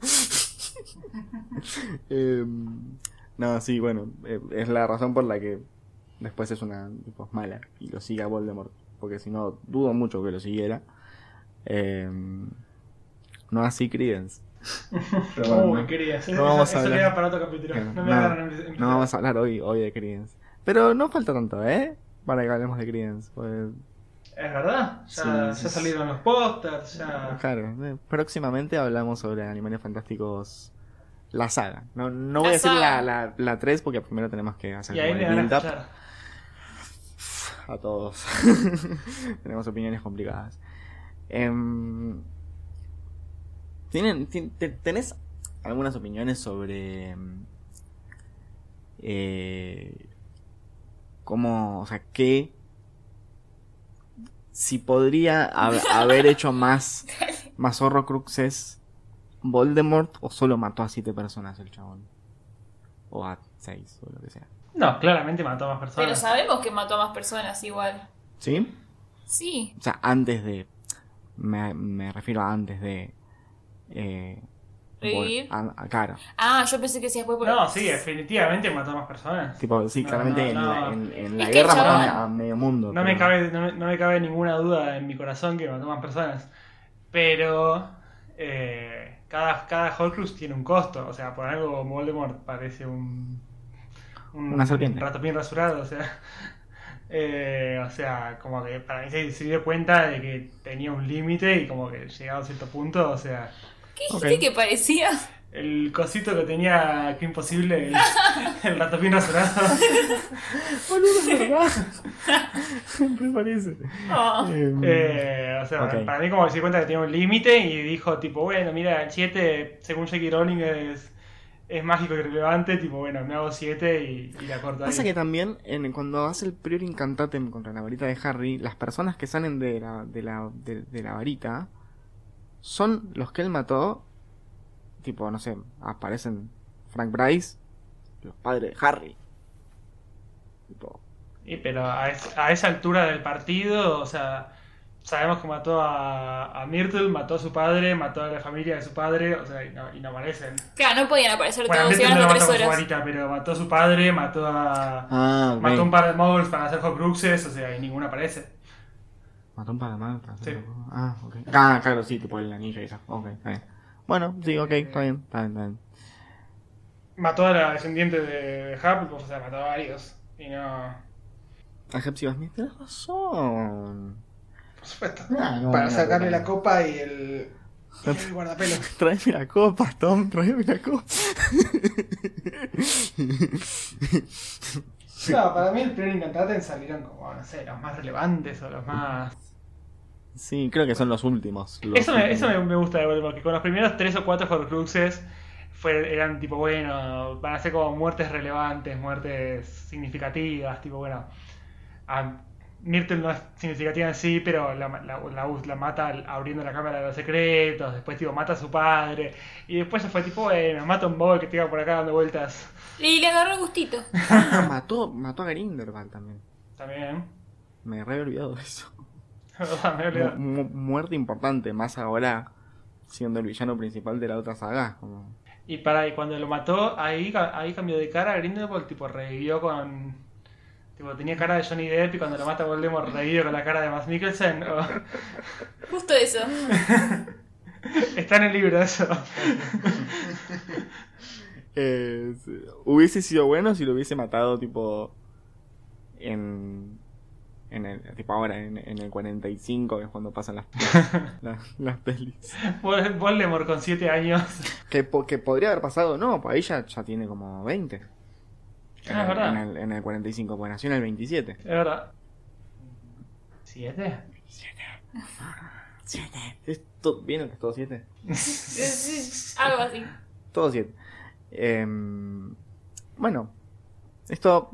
A: <laughs> Em, no, sí, bueno, eh, es la razón por la que después es una tipo, mala y lo sigue a Voldemort. Porque si no, dudo mucho que lo siguiera. Em, no así Credence. Pero bueno,
C: Uy,
A: no.
C: querías.
A: No vamos a
C: eso
A: hablar.
C: queda para otro capítulo.
A: Que
C: Eh, No
A: no-
C: me agarran en- en-
A: no vamos a hablar hoy, hoy de Credence. Pero no falta tanto, ¿eh? Para que hablemos de Credence. Pues,
C: Es verdad, ya,
A: Sí,
C: ya
A: sí, sí.
C: salieron los pósters, ya.
A: Claro, eh, próximamente hablamos sobre Animales Fantásticos, la saga. No, no voy
B: La
A: a decir
B: saga.
A: la, la, 3 porque primero tenemos que hacer
C: Y ahí
A: como
C: me
A: el
C: van a
A: build-up
C: escuchar.
A: a todos. <laughs> tenemos opiniones complicadas. Em, ¿tienen, ti- te- ¿Tenés algunas opiniones sobre em, eh, cómo, o sea, qué... Si podría hab- haber hecho más más Horrocrux es Voldemort o solo mató a siete personas el chabón. O a seis o lo que sea.
C: No, claramente mató a más
B: Pero
C: personas.
B: sabemos que mató a más personas igual.
A: ¿Sí?
B: Sí.
A: O sea, antes de... Me, me refiero a antes de... Eh,
B: Revivir.
A: vol- a- a- claro.
B: Ah, yo pensé que sí después por...
C: No, sí, definitivamente mató a más personas.
A: Tipo, sí,
C: No,
A: claramente
C: no,
A: en la,
C: no.
A: en- en la
B: Es que el
A: guerra mataron
B: chabón-
A: a, a medio mundo.
C: No me,
A: pero-
C: cabe, no, me, no me cabe ninguna duda en mi corazón que mató a más personas. Pero eh, cada, cada Horcrux tiene un costo. O sea, por algo Voldemort parece un. un
A: Una serpiente.
C: rato bien rasurado. O sea, <laughs> Eh, o sea, como que para mí se, se dio cuenta de que tenía un límite y como que llegado a cierto punto, o sea.
B: ¿Qué dijiste
A: Ok.
B: que parecía?
C: El cosito que tenía que imposible, el, <laughs> el ratopín rasurado.
A: Boludo, es verdad.
B: <laughs>
A: me parece.
B: Oh.
A: Em,
C: Eh, o sea,
A: Ok.
C: para mí como que se dio cuenta que tenía un límite y dijo tipo, bueno, mira, el 7, según Jackie Rowling, es, es mágico y relevante, tipo, bueno, me hago 7 y, y la corto ahí.
A: Pasa que también en, cuando hace el prior incantatem contra la varita de Harry, las personas que salen de la, de la, de, de la varita son los que él mató. Tipo, no sé, aparecen Frank Bryce, los padres de Harry. Tipo,
C: Y, pero a, es- a esa altura del partido, o sea, sabemos que mató a, a Myrtle, mató a su padre, mató a la familia de su padre, o sea, y no, y no aparecen.
B: Claro, este no podían aparecer
C: Bueno, a
B: todos,
C: Myrtle
B: iban
C: no lo
B: hasta
C: mató
B: tres
C: con su
B: horas.
C: varita, pero mató a su padre, mató a...
A: ah, ok.
C: Mató un par de muggles para hacer Horcruxes, o sea, y ninguno aparece.
A: Mató un par de manos.
C: Sí.
A: Ah, ok. Ah, claro, sí, tipo el anillo y eso. Ok, está bien. Bueno, sí, ok, está bien. Está bien, está bien.
C: Mató a la descendiente de Hufflepuff, o sea, mató a varios. Y no.
A: A Hepsi Smith tenés razón.
C: Por supuesto.
A: Ah, no,
C: Para
A: no,
C: sacarle
A: no.
C: la copa y el. y el guardapelo.
A: <laughs> Traeme la copa, Tom, traeme la copa.
C: No, para mí el primer Incantaten salieron como, no sé, los más relevantes o los más.
A: Sí, creo que son los últimos. los
C: Eso, me,
A: últimos.
C: eso me, me gusta de vuelta, porque con los primeros tres o cuatro Horcruxes fue, eran tipo, bueno, van a ser como muertes relevantes, muertes significativas, tipo, bueno. A Myrtle no es significativa en sí, pero la, la, la, us- la mata al- abriendo la cámara de los secretos, después, tipo, mata a su padre, y después se fue, tipo, bueno, mata a un boy que te iba por acá dando vueltas
B: Y le agarró el gustito.
A: Ah, mató, mató a Grindelwald también.
C: <laughs> también.
A: Me re había olvidado de eso.
C: Me he <laughs> olvidado.
A: Mu- mu- muerte importante, más ahora siendo el villano principal de la otra saga. como-
C: Y para y cuando lo mató, ahí, ca- ahí cambió de cara a Grindelwald, tipo revivió con. Tipo, tenía cara de Johnny Depp y cuando lo mata Voldemort revivió con la cara de Matt Mikkelsen. o- <laughs>
B: Justo eso.
C: Está en el libro eso.
A: Eh, sí, hubiese sido bueno si lo hubiese matado tipo en, en el, tipo ahora en, en el 45 que es cuando pasan las
C: <laughs>
A: las, las pelis
C: Vol- Voldemort con 7 años.
A: que, po- que podría haber pasado no pues ahí ya, ya tiene como 20
C: Ah,
A: en,
C: es verdad.
A: en el, en el 45 pues nació en el 27
C: Es verdad. ¿Siete?
A: ¿Es to- vieron que es todo 7
B: Es- es Algo así.
A: todo 7 bueno esto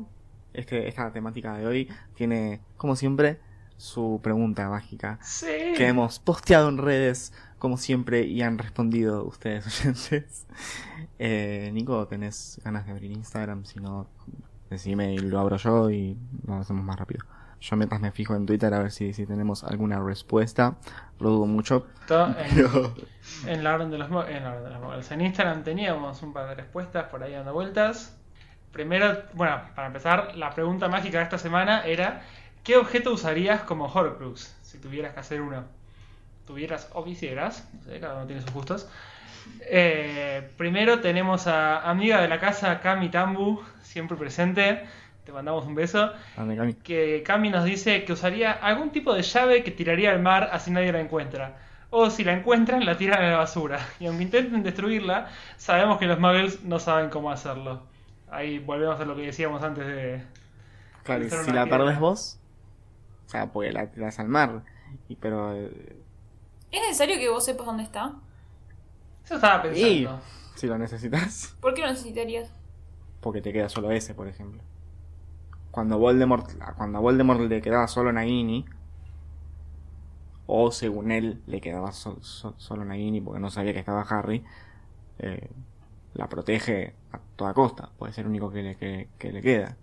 A: este, esta temática de hoy tiene como siempre su pregunta mágica
C: Sí.
A: que hemos posteado en redes, como siempre, y han respondido ustedes, <laughs> oyentes. Eh, Nico, ¿tenés ganas de abrir Instagram? Si no, decime y lo abro yo y lo hacemos más rápido. Yo mientras me fijo en Twitter a ver si, si tenemos alguna respuesta. Lo dudo mucho,
C: Esto en,
A: pero...
C: en la orden de los Mo- en la orden de los Muggles. En Instagram teníamos un par de respuestas por ahí dando vueltas. Primero, bueno, para empezar, la pregunta mágica de esta semana era ¿qué objeto usarías como Horcrux si tuvieras que hacer uno? Tuvieras o quisieras, no sé, cada uno tiene sus gustos. Eh, primero tenemos a amiga de la casa Cami Tambu, siempre presente. Te mandamos un beso.
A: Dame, Cami.
C: Que Cami nos dice que usaría algún tipo de llave que tiraría al mar así nadie la encuentra. O si la encuentran, la tiran a la basura. Y aunque intenten destruirla, sabemos que los muggles no saben cómo hacerlo. Ahí volvemos a lo que decíamos antes de...
A: Claro, y
C: Hacer
A: si
C: una
A: la perdés
C: piedra.
A: vos, o sea, pues la tirás al mar. Y, pero... eh,
B: ¿Es necesario que vos sepas dónde está?
C: Eso estaba
A: y
C: pensando.
A: si lo necesitas,
B: ¿Por qué lo necesitarías?
A: porque te queda solo ese, por ejemplo. Cuando Voldemort, cuando a Voldemort le quedaba solo Nagini, o según él le quedaba so- so- solo Nagini porque no sabía que estaba Harry, eh, la protege a toda costa, puede ser el único que le, que, que le queda.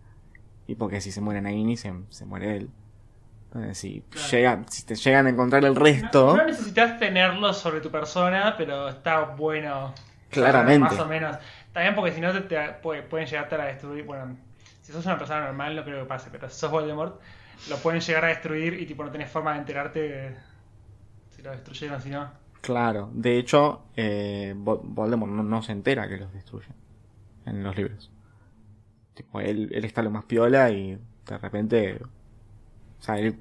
A: Y porque si se muere Nagini, se, se muere él. Entonces, si,
C: Claro.
A: llega, si te llegan a encontrar el
C: No,
A: resto,
C: no necesitas tenerlo sobre tu persona, pero está bueno.
A: claramente.
C: Más o menos. También porque si no te, te- pu- pueden llegarte a destruir. Bueno, si sos una persona normal no creo que pase, pero si sos Voldemort, lo pueden llegar a destruir y tipo no tenés forma de enterarte de- si lo destruyeron, si no.
A: Claro, de hecho, eh, Vo- Voldemort no, no se entera que los destruyen en los libros. Tipo, él, él está lo más piola y de repente. O sea, él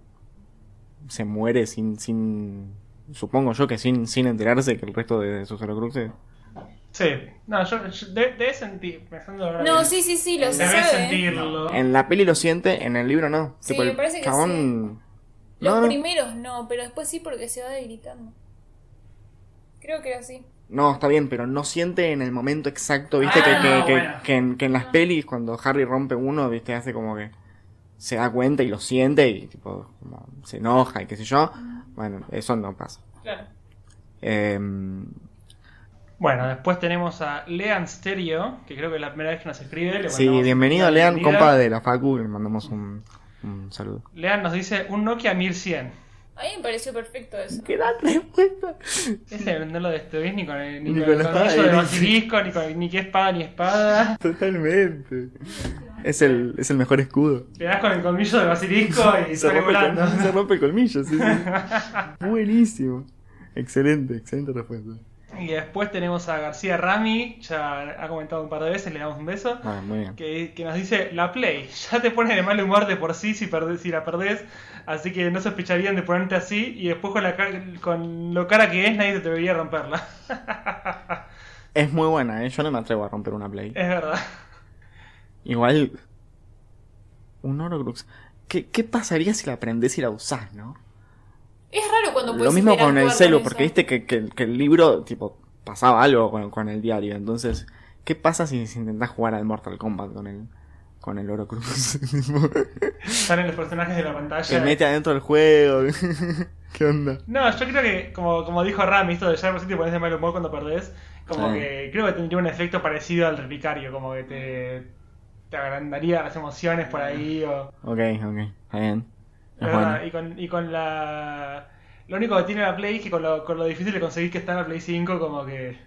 A: se muere sin. sin supongo yo que sin, sin enterarse que el resto de sus horocruxes.
C: Sí. No, yo, yo de- debes sentir, pensando ahora
B: No,
C: bien,
B: sí, sí, sí, lo
C: debes
B: sabe.
C: sentirlo.
A: En la peli lo siente, en el libro no.
B: Sí,
A: Tipo, el
B: me parece que
A: chabón-
B: Los
A: No, no,
B: primeros no, pero después sí porque se va debilitando. Creo que era así.
A: No, está bien, pero no siente en el momento exacto, viste,
C: Ah,
A: que, que,
C: no,
A: que-
C: bueno.
A: que en, que en las pelis cuando Harry rompe uno, viste, hace como que se da cuenta y lo siente y tipo como se enoja y qué sé yo. Bueno, eso no pasa.
B: Claro.
A: Eh,
C: Bueno, después tenemos a Lean Stereo, que creo que es la primera vez que nos escribe. le
A: sí,
C: mandamos-
A: bienvenido, Lean,
C: bienvenida.
A: compa de la Facu, le mandamos un, un saludo.
C: Lean nos dice un Nokia 1100.
B: A mí me pareció perfecto eso.
A: ¿Qué da respuesta?
C: Ese no lo destruís ni con el ni
A: Ni
C: con el
A: con la
C: tornillo
A: espada,
C: de
A: ni-
C: basilisco, ni con ni que espada ni espada.
A: Totalmente. Es el, es el mejor escudo.
C: Le das con el colmillo de basilisco y sale
A: el,
C: volando.
A: se rompe el colmillo, sí, sí. Buenísimo. Excelente, excelente respuesta.
C: Y después tenemos a García Rami, ya ha comentado un par de veces, le damos un beso.
A: Ah, muy bien.
C: Que, que nos dice la play, ya te pone de mal humor de por sí si, perdés, si la perdés, así que no sospecharían de ponerte así y después con, la, ca- con lo cara que es nadie te debería romperla. <laughs>
A: Es muy buena, ¿eh? Yo no me atrevo a romper una play.
C: es verdad.
A: Igual. Un Orocrux. ¿Qué, ¿Qué pasaría si la aprendés y la usás, no?
B: Es raro cuando puedes
A: Lo mismo con el
B: interactuar
A: celu,
B: eso.
A: porque viste que, que- que el libro, tipo, pasaba algo con, con el diario. Entonces, ¿qué pasa si, si intentás jugar al Mortal Kombat con el, con el <laughs> Orocrux?
C: Salen los personajes de la
A: Se
C: pantalla.
A: mete adentro del juego. <laughs> ¿Qué onda?
C: No, yo creo que, como, como dijo Rami, esto de ya por sí te pones de mal humor cuando perdés, como
A: Sí.
C: que creo que tendría un efecto parecido al relicario, como que te, te agrandaría las emociones por ahí o...
A: Ok, ok, está bien. Es
C: Es
A: bueno.
C: verdad, y, con, y con la. Lo único que tiene la Play es que con lo, con lo difícil de conseguir que está en la Play 5, como que.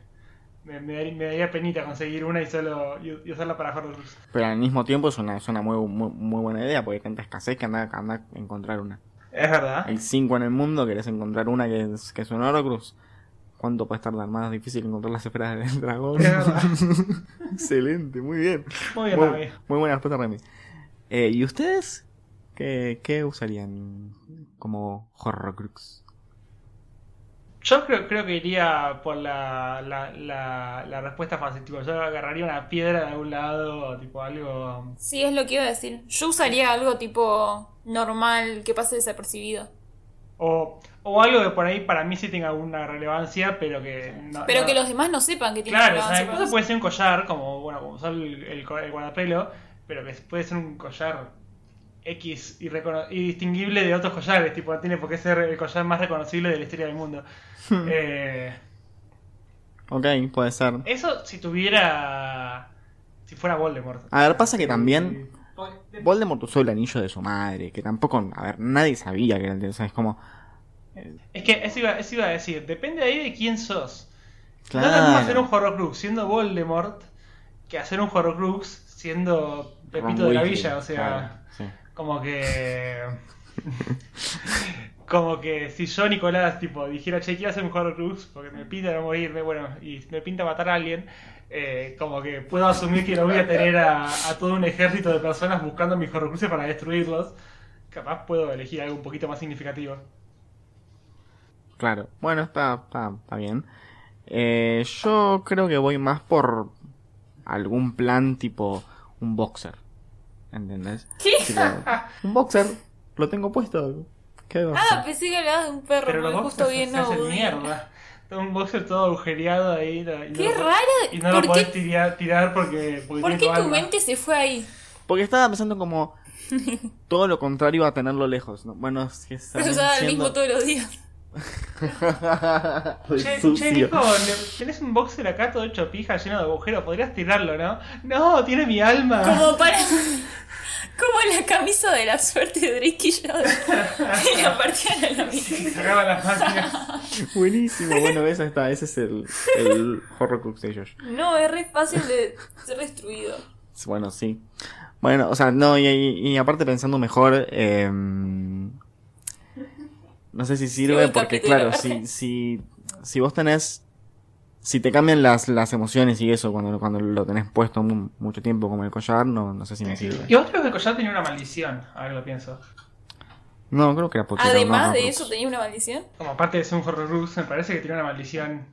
C: Me, me daría, me daría penita conseguir una y solo y, y usarla para Horrorus.
A: Pero al mismo tiempo es una, es una muy, muy, muy buena idea, porque hay tanta escasez que anda, anda a encontrar una.
C: Es verdad.
A: Hay cinco en el mundo, querés encontrar una que es, que es un Orocruz. ¿Cuánto puede tardar más difícil encontrar las esferas del <laughs> dragón?
C: Es verdad.
A: Excelente, muy bien.
C: Muy bien,
A: Muy,
C: Rami.
A: muy buena respuesta, Remy. Eh, ¿Y ustedes qué, qué usarían como Horrocrux?
C: Yo creo, creo que iría por la, la, la, la respuesta fácil. Tipo, yo agarraría una piedra de algún lado, o tipo algo.
B: Sí, es lo que iba a decir. Yo usaría algo tipo normal, que pase desapercibido.
C: O, o algo que por ahí para mí sí tenga alguna relevancia, pero que. No,
B: Pero
C: no-
B: que los demás no sepan que tiene
C: Claro, o
B: relevancia
C: sea,
B: para
C: incluso
B: nosotros.
C: puede ser un collar, como bueno, como usar el, el co- el guardapelo, pero que puede ser un collar X y, recono- y distinguible de otros collares, tipo, no tiene por qué ser el collar más reconocible de la historia del mundo. Eh,
A: Ok, puede ser.
C: eso si tuviera. si fuera Voldemort.
A: A ver, pasa que también
C: Eh,
A: Voldemort usó el anillo de su madre, que tampoco, a ver, nadie sabía que era el de, o sea, es como,
C: Es que eso iba, eso iba a decir, depende ahí de quién sos.
A: claro,
C: No es lo mismo hacer un Horrocrux siendo Voldemort que hacer un Horrocrux siendo
A: Ron
C: Pepito de la
A: Weasley,
C: Villa, o sea.
A: claro, sí.
C: Como que. Como que si yo, Nicolás, tipo, dijera, che, quiero hacer un Horrocrux porque me pinta no morirme, bueno, y me pinta matar a alguien, eh, como que puedo asumir que no voy a tener a, a todo un ejército de personas buscando mis Horrocruxes para destruirlos. Capaz puedo elegir algo un poquito más significativo.
A: claro, bueno, está, está, está bien. Eh, yo creo que voy más por algún plan tipo un boxer, ¿entendés?
B: ¿Qué?
A: Tipo, un boxer, lo tengo puesto, ¿qué boxer?
B: <laughs> Ah, pensé que hablabas de un perro,
C: Pero los
B: porque justo
C: boxers
B: bien
C: se hacen
B: no.
C: mierda. Todo un boxer todo agujereado ahí. no- y no
B: Qué
C: lo podés- Y no
B: raro.
C: lo
B: ¿Por
C: podés
B: qué,
C: tirar, tirar porque. porque
B: por
C: tiene
B: qué tu
C: alma.
B: mente se fue ahí?
A: Porque estaba pensando como todo lo contrario a tenerlo lejos, ¿no? Bueno, es que
B: <laughs> Pero usaba el mismo
A: siendo-
B: todos los días.
C: <laughs>
A: <laughs> Soy
C: Che, che,
A: sucio.
C: Nico, le- tenés un boxer acá todo hecho pija, lleno de agujeros, podrías tirarlo, ¿no? No, tiene mi alma.
B: Como para. Como la camisa de la suerte de Drake y yo. <laughs> Y la partían a la mitad.
C: <laughs> Y sacaban
B: <laughs>
C: las máquinas.
A: Buenísimo, bueno, esa está, ese es el, el Horrocrux de Josh.
B: No, es re fácil de ser destruido.
A: Pues, Bueno, sí. Bueno, o sea, no, y, y- y aparte pensando mejor, em, no sé si sirve
B: el
A: porque,
B: capítulo.
A: claro, si, si, si vos tenés, si te cambian las, las emociones y eso cuando, cuando lo tenés puesto mu- mucho tiempo como el collar, no, no sé si me sirve.
C: Y vos creo que el collar tenía una maldición, ahora que lo pienso.
A: No, creo que era porque era un
B: Además de
A: Horrocrux.
B: eso, tenía una maldición.
C: Como aparte de ser un horror rus, me parece que tiene una maldición.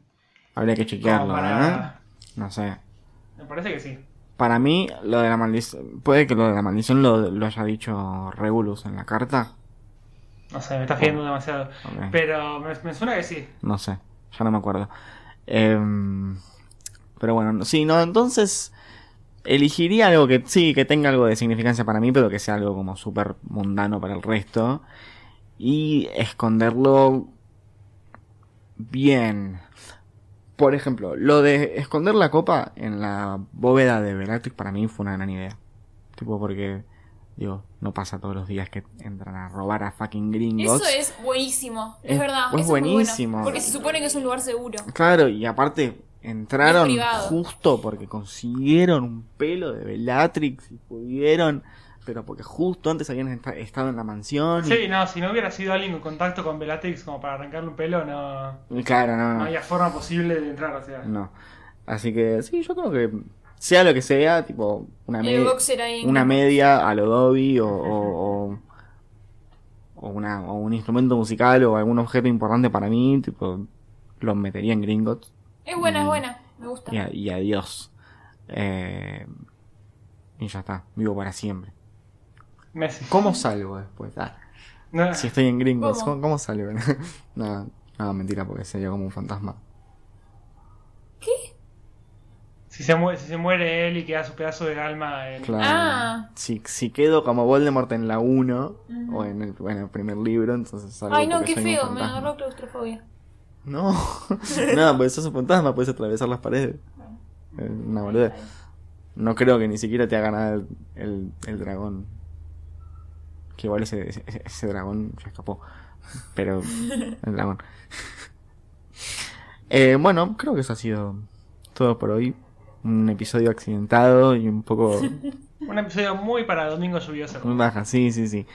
A: Habría que chequearlo,
C: Como
A: ¿verdad?
C: para...
A: No sé.
C: Me parece que sí.
A: Para mí, lo de la maldición, puede que lo de la maldición lo, lo haya dicho Regulus en la carta.
C: No sé, me estás pidiendo demasiado.
A: Ok.
C: Pero me, me suena que sí.
A: No sé, ya no me acuerdo. Em, pero bueno, no- sí, no, entonces elegiría algo que sí, que tenga algo de significancia para mí, pero que sea algo como súper mundano para el resto. Y esconderlo bien. Por ejemplo, lo de esconder la copa en la bóveda de Bellatrix para mí fue una gran idea. Tipo porque, digo, no pasa todos los días que entran a robar a fucking gringos.
B: Eso es buenísimo. Es,
A: Es-
B: verdad.
A: es
B: eso muy bueno,
A: buenísimo.
B: porque se supone que es un lugar seguro.
A: Claro, y aparte entraron
B: Es privado.
A: justo porque consiguieron un pelo de Bellatrix y pudieron pero porque justo antes habían esta- estado en la mansión. y-
C: Sí, no, si no hubiera sido alguien con contacto con Bellatrix como para arrancarle un pelo, no,
A: y Claro, no,
C: no
A: no.
C: había forma posible de entrar, o sea.
A: No. Así que sí, yo creo que sea lo que sea, tipo una,
B: El
A: me-
B: boxer ahí.
A: una media a lo Dobby o, o, o- o una- o un instrumento musical o algún objeto importante para mí, tipo los metería en Gringotts
B: Es buena, es
A: Mm.
B: buena. Me gusta.
A: y, a- y adiós. Eh, y ya está, vivo para siempre.
C: Messi.
A: ¿Cómo salgo después? Ah,
C: No,
A: si estoy en Gringotts,
B: ¿Cómo?
A: ¿cómo, cómo salgo? <laughs> no, no, mentira, porque sería como un fantasma.
C: Si, se muere, si se muere él y queda su pedazo de alma en...
A: Claro.
B: Ah.
A: Si, si quedo como Voldemort en la 1
B: Ujú.
A: o en el, bueno, el primer libro, entonces salgo
B: Ay, no,
A: porque
B: qué
A: soy un
B: feo. Me
A: fantasma.
B: agarró claustrofobia.
A: No, <laughs> no, pues sos un fantasma, puedes atravesar las paredes. Eh, Una boludez. No creo que ni siquiera te haga nada el, el, el dragón. Que igual ese, ese, ese dragón ya escapó. Pero el dragón. <laughs> Eh, bueno, creo que eso ha sido todo por hoy. Un episodio accidentado y un poco
C: Un episodio muy para Domingo Lluvioso.
A: Muy baja, sí, sí, sí.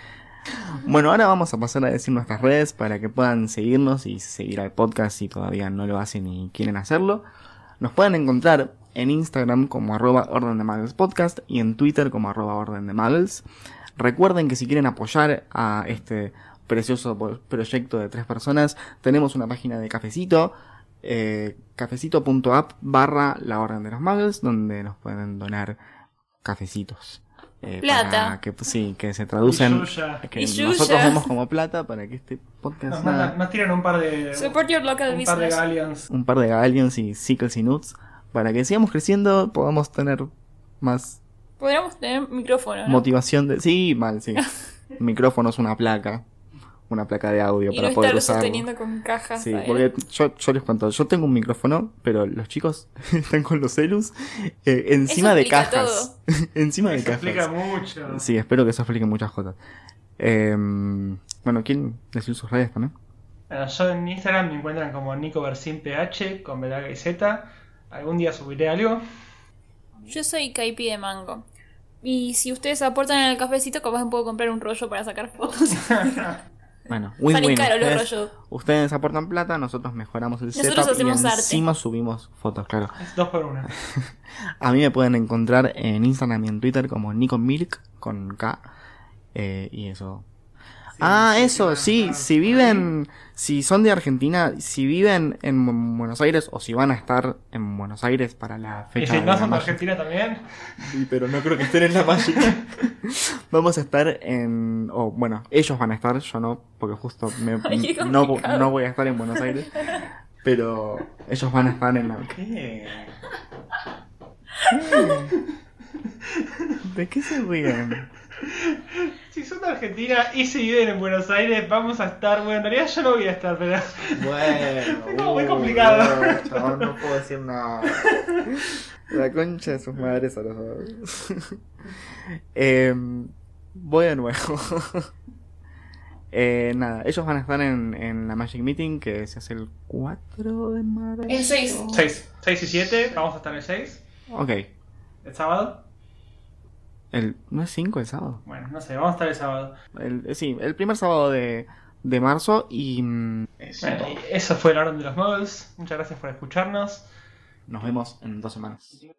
A: Bueno, ahora vamos a pasar a decir nuestras redes para que puedan seguirnos y seguir al podcast si todavía no lo hacen y quieren hacerlo. Nos pueden encontrar en Instagram como arroba Orden de Muggles Podcast y en Twitter como arroba Orden de Muggles. Recuerden que si quieren apoyar a este precioso po- proyecto de tres personas, tenemos una página de cafecito, eh, cafecito.app barra la Orden de los Muggles, donde nos pueden donar cafecitos. eh,
B: Plata.
A: para que, sí, que se
C: Y
A: traducen
C: Yuya.
A: que
B: Y Yuya.
A: nosotros vemos como plata para que este
C: Nos,
A: podcast
C: mandan-
A: nada,
C: nos tiran un par de...
B: Support your local
C: un par de
B: business.
C: Galleons.
A: un par de aliens y Sickles y Nuts para que sigamos creciendo, podamos tener más
B: Podríamos tener micrófono, ¿no?
A: motivación de sí, mal,
B: <laughs>
A: sí. Micrófonos, una placa, una placa de audio
B: Y no
A: para poder
B: estarlo
A: usarlo.
B: sosteniendo eh. con cajas.
A: Sí,
B: ¿sabes?
A: porque yo, yo les cuento, yo tengo un micrófono, pero los chicos <laughs> están con los celus eh, encima de
B: explica
A: cajas. <laughs> encima de
C: Eso explica
A: cajas.
C: mucho.
A: Sí, espero que eso explique muchas cosas. Eh, bueno, ¿quién decir sus redes también?
C: Bueno, yo en Instagram me encuentran como Nico Bersin PH con Velaga y Z. Algún día subiré algo.
B: Yo soy caipi de mango. Y si ustedes aportan en el cafecito, capaz me puedo comprar un rollo para sacar fotos.
A: Bueno,
B: Salen
A: win-win.
B: caros los
A: Ustedes-
B: rollos.
A: Ustedes aportan plata, nosotros mejoramos el
B: Nosotros
A: setup y
B: hacemos arte.
A: encima subimos fotos, claro.
C: Es dos por una.
A: A mí me pueden encontrar en Instagram y en Twitter como Nico Milk con K. eh, y eso. ah, eso, sí. Si viven, si son de Argentina, si viven en Bu- Buenos Aires o si van a estar en Buenos Aires para la
C: Y
A: fecha.
C: si
A: de
C: no
A: la
C: son de
A: Magic.
C: Argentina también.
A: Sí, pero no creo que estén en la Magic. <laughs> Vamos a estar en. O bueno, ellos van a estar, yo no, porque justo me-
B: <laughs> Ay, qué
A: no,
B: complicado.
A: no voy a estar en Buenos Aires. Pero ellos van a estar en la.
C: ¿Qué?
A: ¿De qué se ríen?
C: Si son de Argentina y si viven en Buenos Aires, vamos a estar. Bueno, en realidad yo no voy a estar, pero.
A: Bueno. <laughs>
C: Está muy complicado.
A: no, chabón, no puedo decir nada. <laughs> La concha de sus madres a los dos. <laughs> Em, voy de nuevo. <laughs> Eh, nada, ellos van a estar en, en la Magic Meeting que se hace el 4 de marzo.
B: En seis.
C: 6. 6 y 7. Vamos a estar el 6.
A: Ok.
C: El sábado.
A: El, ¿No es 5 el sábado?
C: Bueno, no sé, vamos a estar el sábado.
A: El- eh, sí, el primer sábado de, de marzo y mm,
C: Bueno, y eso fue el orden de los mods. Muchas gracias por escucharnos.
A: nos vemos en dos semanas.